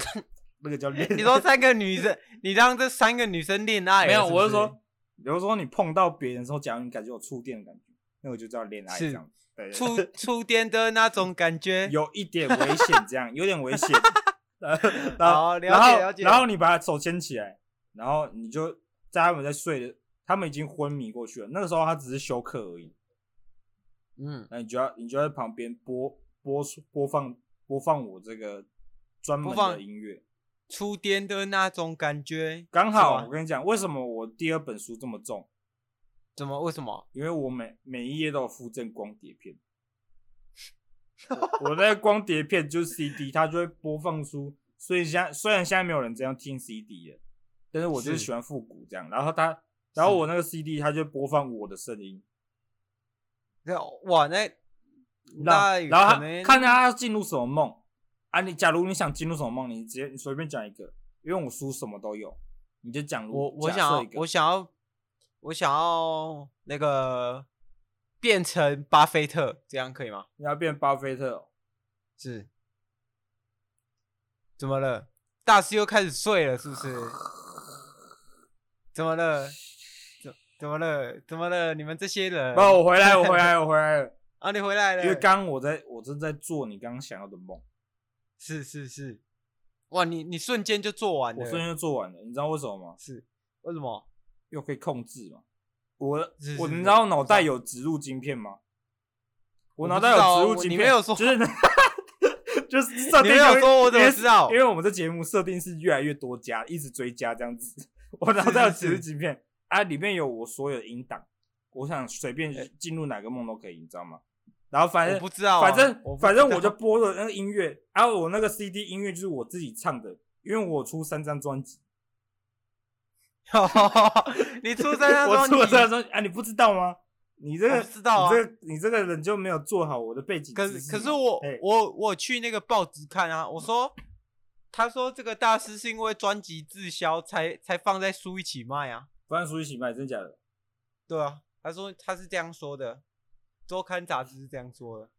[SPEAKER 2] 那个叫恋
[SPEAKER 1] <laughs> <laughs>
[SPEAKER 2] 爱。
[SPEAKER 1] 你说三个女生，你让这三个女生恋爱了，
[SPEAKER 2] 没有，
[SPEAKER 1] 是不
[SPEAKER 2] 我是说，比如说你碰到别人的时候，假如你感觉有触电的感觉，那个就叫恋爱，
[SPEAKER 1] 是
[SPEAKER 2] 这样子。对对对
[SPEAKER 1] 触触电的那种感觉，
[SPEAKER 2] 有一点危险，这样有点危
[SPEAKER 1] <laughs>
[SPEAKER 2] 险。呃然后，
[SPEAKER 1] 好了解
[SPEAKER 2] 然后
[SPEAKER 1] 了解
[SPEAKER 2] 然后你把手牵起来，然后你就在他们在睡的，他们已经昏迷过去了。那个时候他只是休克而已，
[SPEAKER 1] 嗯，
[SPEAKER 2] 那你就要你就在旁边播播播放播放我这个专门
[SPEAKER 1] 播放
[SPEAKER 2] 的音乐。
[SPEAKER 1] 触电的那种感觉，
[SPEAKER 2] 刚好
[SPEAKER 1] 是
[SPEAKER 2] 我
[SPEAKER 1] 吧
[SPEAKER 2] 跟你讲，为什么我第二本书这么重？
[SPEAKER 1] 怎么为什么？
[SPEAKER 2] 因为我每每一页都有附赠光碟
[SPEAKER 1] <laughs>
[SPEAKER 2] 片，我我那个光碟片就是 CD，它就会播放出。所以现在虽然现在没有人这样听 CD 了，但是我就是
[SPEAKER 1] 是
[SPEAKER 2] 喜欢复古这样。然后它，然后我那个 CD 它就播放我的声音，
[SPEAKER 1] 那哇，那那
[SPEAKER 2] 那
[SPEAKER 1] 有
[SPEAKER 2] 然后
[SPEAKER 1] 可能
[SPEAKER 2] 它看他要进入什么梦啊你？假如你想进入什么梦，你直接你随便讲一个，因为我书什么都有，你就讲如。
[SPEAKER 1] 我我
[SPEAKER 2] 假
[SPEAKER 1] 想
[SPEAKER 2] 设
[SPEAKER 1] 要
[SPEAKER 2] 一个
[SPEAKER 1] 我想要我想要那个变成巴菲特，这样可以吗？
[SPEAKER 2] 你要变巴菲特哦，
[SPEAKER 1] 是，怎么了？大师又开始睡了，是不
[SPEAKER 2] <laughs>
[SPEAKER 1] 是？怎么了？怎怎么了？怎么了？你们这些人
[SPEAKER 2] 不，我回来，我回来，我回
[SPEAKER 1] <laughs>
[SPEAKER 2] 来了。
[SPEAKER 1] 啊，你回来了？
[SPEAKER 2] 因为刚刚我在我正在做你刚刚想要的梦，
[SPEAKER 1] 是是是，哇，你你瞬间就做完了，
[SPEAKER 2] 我瞬间就做完了，你知道为什么吗？
[SPEAKER 1] 是为什么？
[SPEAKER 2] 又可以控制嘛。我
[SPEAKER 1] 是是
[SPEAKER 2] 我
[SPEAKER 1] 是
[SPEAKER 2] 你知道脑袋有植入晶片吗？我
[SPEAKER 1] 我
[SPEAKER 2] 脑
[SPEAKER 1] 不
[SPEAKER 2] 袋
[SPEAKER 1] 知道
[SPEAKER 2] 有植
[SPEAKER 1] 我
[SPEAKER 2] 入晶
[SPEAKER 1] 你
[SPEAKER 2] 片，
[SPEAKER 1] 没有说
[SPEAKER 2] 就是 <laughs>
[SPEAKER 1] <laughs>
[SPEAKER 2] 就是设定
[SPEAKER 1] 没有
[SPEAKER 2] 就
[SPEAKER 1] 说我怎么
[SPEAKER 2] 因为是
[SPEAKER 1] 知道
[SPEAKER 2] 因为我们这节目设定是越来越多加，一直追加这样子。我脑
[SPEAKER 1] 是
[SPEAKER 2] 袋有
[SPEAKER 1] 是
[SPEAKER 2] 植入
[SPEAKER 1] 是
[SPEAKER 2] 晶片啊，里面有我所有的音档，我想随便进入哪个梦都可以，你知道吗？然后反
[SPEAKER 1] 哎我
[SPEAKER 2] 正
[SPEAKER 1] 不知道啊、
[SPEAKER 2] 反正
[SPEAKER 1] 我不
[SPEAKER 2] 反正
[SPEAKER 1] 知
[SPEAKER 2] 我就
[SPEAKER 1] 道
[SPEAKER 2] 播了那个音乐，啊，我那个 CD 音乐就是我自己唱的，因为我出三张专辑，
[SPEAKER 1] <laughs> 你出三张
[SPEAKER 2] 我
[SPEAKER 1] 专
[SPEAKER 2] 出了三
[SPEAKER 1] 辑，
[SPEAKER 2] 张专辑啊，你不知道吗？你这
[SPEAKER 1] 我
[SPEAKER 2] 个
[SPEAKER 1] 不知道啊
[SPEAKER 2] 你这个你这个人就没有做好我的背景
[SPEAKER 1] 可是
[SPEAKER 2] 知识哎
[SPEAKER 1] 可是我
[SPEAKER 2] 嘿
[SPEAKER 1] 我我去那个报纸看啊，我说他说这个大师是因为专辑滞销才才放在书一起卖啊，
[SPEAKER 2] 不按书一起卖，真假的？
[SPEAKER 1] 对啊，他说他是这样说的，周刊杂志是这样说的，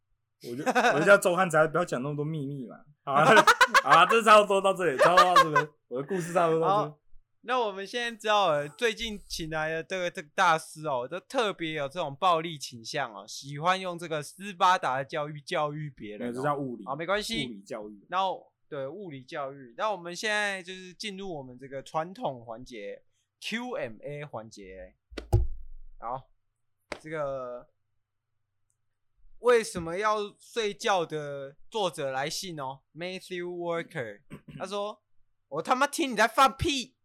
[SPEAKER 2] 我
[SPEAKER 1] <laughs>
[SPEAKER 2] 就我就叫周汉才不要讲那么多秘密嘛。好啊， <laughs> 好啊，这差不多到这里，差不多到这边，我的故事差不多到这边
[SPEAKER 1] 好。那我们现在知道了，最近请来的这个这个大师哦，都特别有这种暴力倾向哦，喜欢用这个斯巴达的教育教育别
[SPEAKER 2] 没有，
[SPEAKER 1] 人、
[SPEAKER 2] 这
[SPEAKER 1] 哦。
[SPEAKER 2] 叫物理
[SPEAKER 1] 好，没关
[SPEAKER 2] 物
[SPEAKER 1] 系。
[SPEAKER 2] 理教育。
[SPEAKER 1] 然后对物理教育，那我们现在就是进入我们这个传统环节 Q&A 环节。好，这个为什么要睡觉的作者来信哦，Matthew Walker，他说：“我他妈听你在放屁，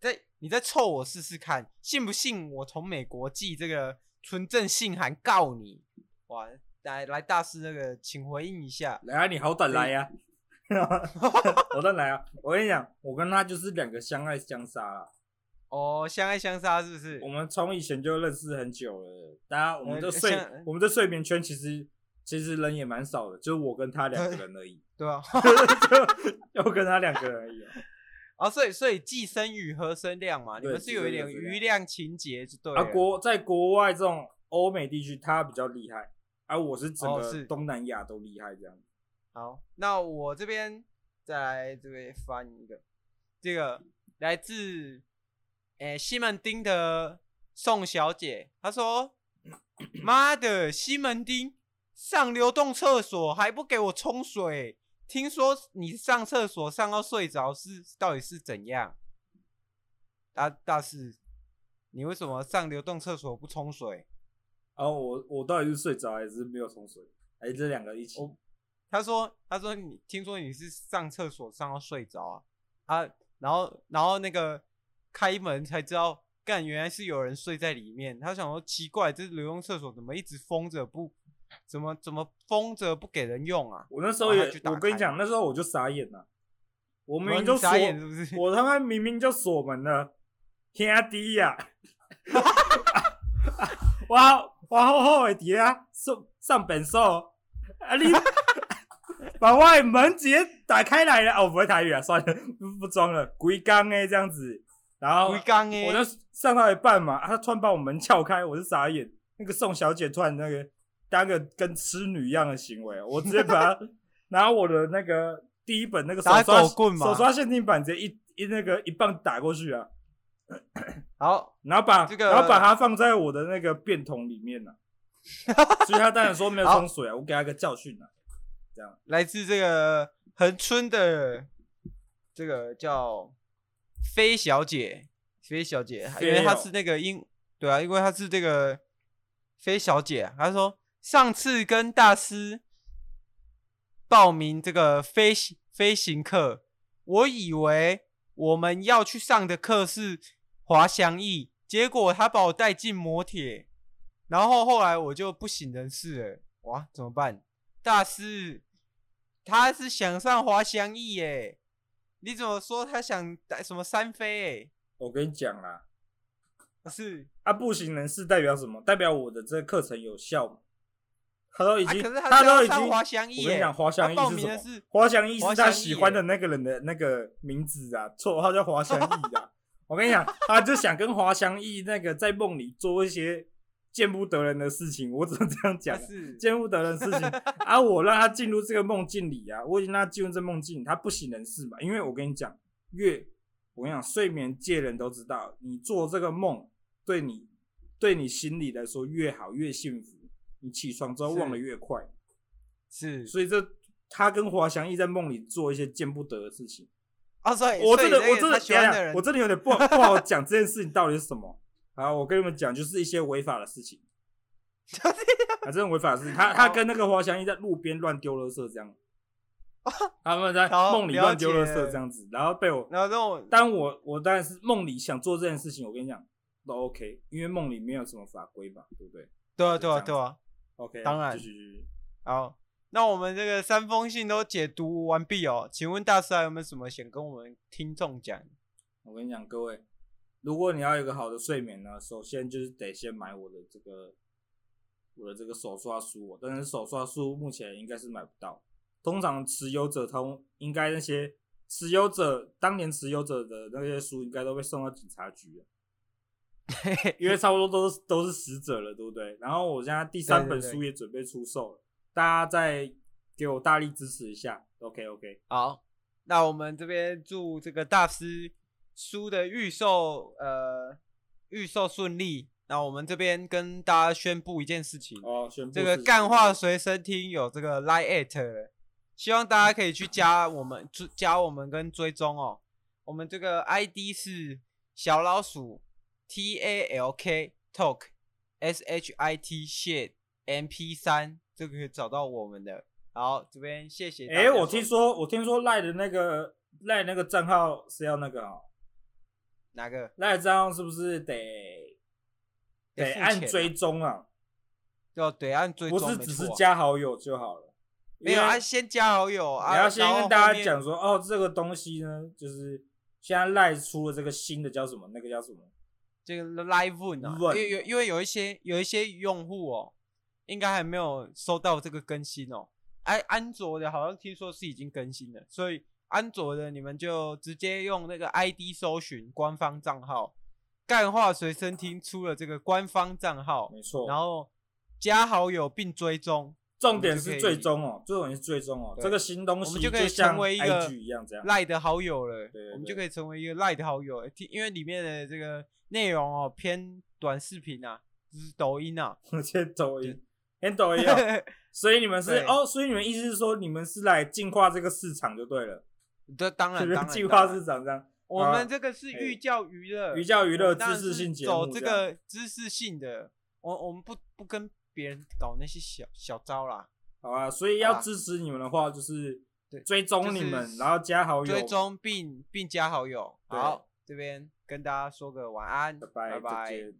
[SPEAKER 1] 在你在臭我试试看，信不信我从美国寄这个纯正信函告你？”哇，来来，大师那个，请回应一下。
[SPEAKER 2] 来啊，你好歹来
[SPEAKER 1] <laughs>
[SPEAKER 2] 呀、啊！好歹来啊！我跟你讲，我跟他就是两个相爱相杀啊。
[SPEAKER 1] 哦，相爱相杀是不是
[SPEAKER 2] 我？们从以前就认识很久了，大家我们的
[SPEAKER 1] 呃
[SPEAKER 2] 睡
[SPEAKER 1] 像
[SPEAKER 2] 我们的睡眠圈其实其实人也蛮少的，就是我跟他两个人而已， <laughs>
[SPEAKER 1] 对啊。 <laughs>
[SPEAKER 2] 就我跟他两个人而已啊。
[SPEAKER 1] 啊，所以所以寄生与和生量嘛，你
[SPEAKER 2] 对
[SPEAKER 1] 们是有一点
[SPEAKER 2] 寄生与和生
[SPEAKER 1] 余量情节，就 <laughs> 对了。
[SPEAKER 2] 啊，国在国外这种欧美地区，他比较厉害，而、我是整
[SPEAKER 1] 哦
[SPEAKER 2] 个
[SPEAKER 1] 是
[SPEAKER 2] 东南亚都厉害这样。
[SPEAKER 1] 好，那我这边再来这边翻一个，这个来自诶、西门町的宋小姐，她说 <coughs> 妈的，西门町上流动厕所还不给我冲水，听说你上厕所上到睡着是到底是怎样？大大四，你为什么上流动厕所不冲水？
[SPEAKER 2] 然后啊我我到底是睡着还是没有冲水？还是这两个一起？
[SPEAKER 1] 哦他说：“他说你听说你是上厕所上到睡着啊啊，然后然后那个开门才知道，干原来是有人睡在里面。他想说奇怪，这流动厕所怎么一直封着不？怎么怎么封着不给人用啊？
[SPEAKER 2] 我那时候
[SPEAKER 1] 然后
[SPEAKER 2] 也
[SPEAKER 1] 他去，打
[SPEAKER 2] 我跟你
[SPEAKER 1] 开
[SPEAKER 2] 讲，那时候我就傻眼了，我
[SPEAKER 1] 我
[SPEAKER 2] 明明就锁
[SPEAKER 1] 傻，眼是不是？ <laughs>
[SPEAKER 2] 我他妈明明就锁门了，兄弟呀、我我好好的伫啊上上本所，啊你把我的门直接打开来了，哦，我不会台语啊，算了，不不装了，鬼刚哎这样子，然后
[SPEAKER 1] 回缸哎
[SPEAKER 2] 我，就上到一半嘛，啊他突然把我门撬开，我是傻眼。那个宋小姐突然那个当个跟痴女一样的行为，我直接
[SPEAKER 1] <laughs>
[SPEAKER 2] 把她拿我的那个第一本那个手
[SPEAKER 1] 打
[SPEAKER 2] 刷
[SPEAKER 1] 狗棍嘛
[SPEAKER 2] 手刷限定版直接一一那个一棒打过去啊，
[SPEAKER 1] 好，
[SPEAKER 2] 然后把、
[SPEAKER 1] 这个
[SPEAKER 2] 然后把它放在我的那个便桶里
[SPEAKER 1] <laughs>
[SPEAKER 2] 面了、啊，所以她当然说没有冲水啊，我给她个教训啊。
[SPEAKER 1] 来自这个恒春的这个叫飞小姐，飞小姐，因
[SPEAKER 2] 飞
[SPEAKER 1] 为她
[SPEAKER 2] 哦
[SPEAKER 1] 是那个英，对啊，因为她是这个飞小姐，她说上次跟大师报名这个飞行飞行课，我以为我们要去上的课是滑翔翼，结果他把我带进摩铁，然后后来我就不省人事了，哇，怎么办？大师，他是想上滑翔翼耶？你怎么说他想带什么三飞？
[SPEAKER 2] 我跟你讲啦，
[SPEAKER 1] 哎，是
[SPEAKER 2] 啊不行人士代表什么？代表我的这个课程有效嘛？他都已
[SPEAKER 1] 啊，
[SPEAKER 2] 经，
[SPEAKER 1] 可是
[SPEAKER 2] 他
[SPEAKER 1] 他
[SPEAKER 2] 都
[SPEAKER 1] 要
[SPEAKER 2] 已经
[SPEAKER 1] 上滑翔翼
[SPEAKER 2] 我跟
[SPEAKER 1] 耶
[SPEAKER 2] 你讲，。滑翔翼
[SPEAKER 1] 他报
[SPEAKER 2] 是
[SPEAKER 1] 名的
[SPEAKER 2] 什么
[SPEAKER 1] 是？
[SPEAKER 2] 滑翔翼是
[SPEAKER 1] 滑
[SPEAKER 2] 他
[SPEAKER 1] 翔翼
[SPEAKER 2] 喜欢的那个人的那个名字啊，绰号叫滑翔翼啊。我跟你讲，他就想跟滑翔翼那个在梦里做一些见不得人的事情。我只能这样
[SPEAKER 1] 他 <laughs>
[SPEAKER 2] 讲，
[SPEAKER 1] 是
[SPEAKER 2] 见不得人的事情啊！我让他进入这个梦境里啊，我已经让他进入这梦境，他不省人事嘛。因为我跟你讲，越我跟你讲，睡眠界人都知道，你做这个梦对你对你心里来说越好越幸福，你起床之后
[SPEAKER 1] 是
[SPEAKER 2] 忘得越快。
[SPEAKER 1] 是
[SPEAKER 2] 所以这他跟华翔翼在梦里做一些见不得的事情。
[SPEAKER 1] 啊，所以
[SPEAKER 2] 我
[SPEAKER 1] 所以
[SPEAKER 2] 真的，
[SPEAKER 1] 这个
[SPEAKER 2] 我真
[SPEAKER 1] 他
[SPEAKER 2] 的，
[SPEAKER 1] 喜欢的
[SPEAKER 2] 等一下
[SPEAKER 1] 人，
[SPEAKER 2] 我真的有点不好不好讲这件事情到底是什么。好，我跟你们讲，就是一些违法的事情，啊，真的违法的事情。他他
[SPEAKER 1] 好
[SPEAKER 2] 跟那个华翔翼在路边乱丢垃圾这样，他们在
[SPEAKER 1] 哦好
[SPEAKER 2] 梦里乱丢垃圾
[SPEAKER 1] 了解
[SPEAKER 2] 这样子，然后被我，
[SPEAKER 1] 然后让我
[SPEAKER 2] 当我我当然是梦里想做这件事情，我跟你讲都 OK，因为梦里没有什么法规嘛，对不对
[SPEAKER 1] 对啊
[SPEAKER 2] 就
[SPEAKER 1] 对啊
[SPEAKER 2] 这
[SPEAKER 1] 对
[SPEAKER 2] 样
[SPEAKER 1] 啊，
[SPEAKER 2] ？OK，
[SPEAKER 1] 当然
[SPEAKER 2] 继续继续
[SPEAKER 1] 好，那我们这个三封信都解读完毕哦。请问大师还有没有什么想跟我们听众讲？
[SPEAKER 2] 我跟你讲，各位，如果你要有一个好的睡眠呢，首先就是得先买我的这个我的这个手刷书哦，但是手刷书目前应该是买不到。通常持有者通应该那些持有者当年持有者的那些书应该都被送到警察
[SPEAKER 1] <laughs>
[SPEAKER 2] 局了，因为差不多都是都是死者了，对不对？然后我现在第三
[SPEAKER 1] 对对
[SPEAKER 2] 本
[SPEAKER 1] 对
[SPEAKER 2] 书也准备出售了，大家再给我大力支持一下，OK OK。
[SPEAKER 1] 好，那我们这边祝这个大师书的预售呃预售顺利。那我们这边跟大家宣布一件事情，
[SPEAKER 2] 哦，宣布
[SPEAKER 1] 这个
[SPEAKER 2] 是
[SPEAKER 1] 干话随身听有这个 Line at，了希望大家可以去加我们追加我们跟追踪哦。我们这个 ID 是小老鼠 T A L K Talk S H I T shit M P 三，这个可以找到我们的。好，这边谢谢大家
[SPEAKER 2] 哎、
[SPEAKER 1] 收听。
[SPEAKER 2] 我听说，我听说赖的那个赖那个账号是要那个哦，
[SPEAKER 1] 哪个？
[SPEAKER 2] 赖的账号是不是得
[SPEAKER 1] 得
[SPEAKER 2] 得
[SPEAKER 1] 付
[SPEAKER 2] 按
[SPEAKER 1] 钱
[SPEAKER 2] 追
[SPEAKER 1] 啊
[SPEAKER 2] 踪啊？
[SPEAKER 1] 就对按追
[SPEAKER 2] 不
[SPEAKER 1] 踪，
[SPEAKER 2] 是
[SPEAKER 1] 没
[SPEAKER 2] 只是
[SPEAKER 1] 错啊
[SPEAKER 2] 加好友就好了。
[SPEAKER 1] 没有
[SPEAKER 2] 因为
[SPEAKER 1] 啊，先加好友啊，
[SPEAKER 2] 你要先
[SPEAKER 1] 然后
[SPEAKER 2] 跟大
[SPEAKER 1] 后
[SPEAKER 2] 家
[SPEAKER 1] 面
[SPEAKER 2] 讲说，哦，这个东西呢，就是现在赖出了这个新的叫什么？那个叫什么？
[SPEAKER 1] 这个 Live One 啊，
[SPEAKER 2] One
[SPEAKER 1] 因为有因为有一些有一些用户哦，应该还没有收到这个更新哦。哎，安卓的好像听说是已经更新了，所以安卓的你们就直接用那个 ID 搜寻官方账号“干话随身听”出了这个官方账号，
[SPEAKER 2] 没错。
[SPEAKER 1] 然后加好友并追踪
[SPEAKER 2] 重点
[SPEAKER 1] 我
[SPEAKER 2] 是
[SPEAKER 1] 们就可以
[SPEAKER 2] 追踪哦，最重点是追踪哦，
[SPEAKER 1] 对
[SPEAKER 2] 这个新东
[SPEAKER 1] 我
[SPEAKER 2] 西
[SPEAKER 1] 们就可以
[SPEAKER 2] 像
[SPEAKER 1] 成为一个
[SPEAKER 2] IG 一样这样。
[SPEAKER 1] 赖的好友了，
[SPEAKER 2] 对对
[SPEAKER 1] 我们
[SPEAKER 2] 对
[SPEAKER 1] 就可以成为一个赖的好友了，听因为里面的这个内容哦偏短视频啊，就是抖音啊， <laughs>
[SPEAKER 2] 我接抖音，连抖音啊，所以你们是
[SPEAKER 1] 对
[SPEAKER 2] 哦，所以你们意思是说你们是来净化这个市场就对了，
[SPEAKER 1] 这当然
[SPEAKER 2] 就
[SPEAKER 1] 当
[SPEAKER 2] 是
[SPEAKER 1] 然，
[SPEAKER 2] 净化
[SPEAKER 1] 当然
[SPEAKER 2] 市场这样。
[SPEAKER 1] 我
[SPEAKER 2] 啊哎
[SPEAKER 1] 们这个是寓教于乐，
[SPEAKER 2] 寓教于乐
[SPEAKER 1] 我们当然
[SPEAKER 2] 知识
[SPEAKER 1] 是
[SPEAKER 2] 性节
[SPEAKER 1] 走
[SPEAKER 2] 目
[SPEAKER 1] 这
[SPEAKER 2] 这样
[SPEAKER 1] 个知识性的，我我们不不跟别人搞那些小小招啦，
[SPEAKER 2] 好啊，所以
[SPEAKER 1] 好
[SPEAKER 2] 要
[SPEAKER 1] 啦
[SPEAKER 2] 支持你们的话，就是
[SPEAKER 1] 对
[SPEAKER 2] 追踪你
[SPEAKER 1] 就
[SPEAKER 2] 们，
[SPEAKER 1] 是
[SPEAKER 2] 然后加好友，
[SPEAKER 1] 追踪并并加好友。
[SPEAKER 2] 对
[SPEAKER 1] 好，这边跟大家说个晚安，
[SPEAKER 2] 拜拜，
[SPEAKER 1] 拜
[SPEAKER 2] 再
[SPEAKER 1] 拜
[SPEAKER 2] 见。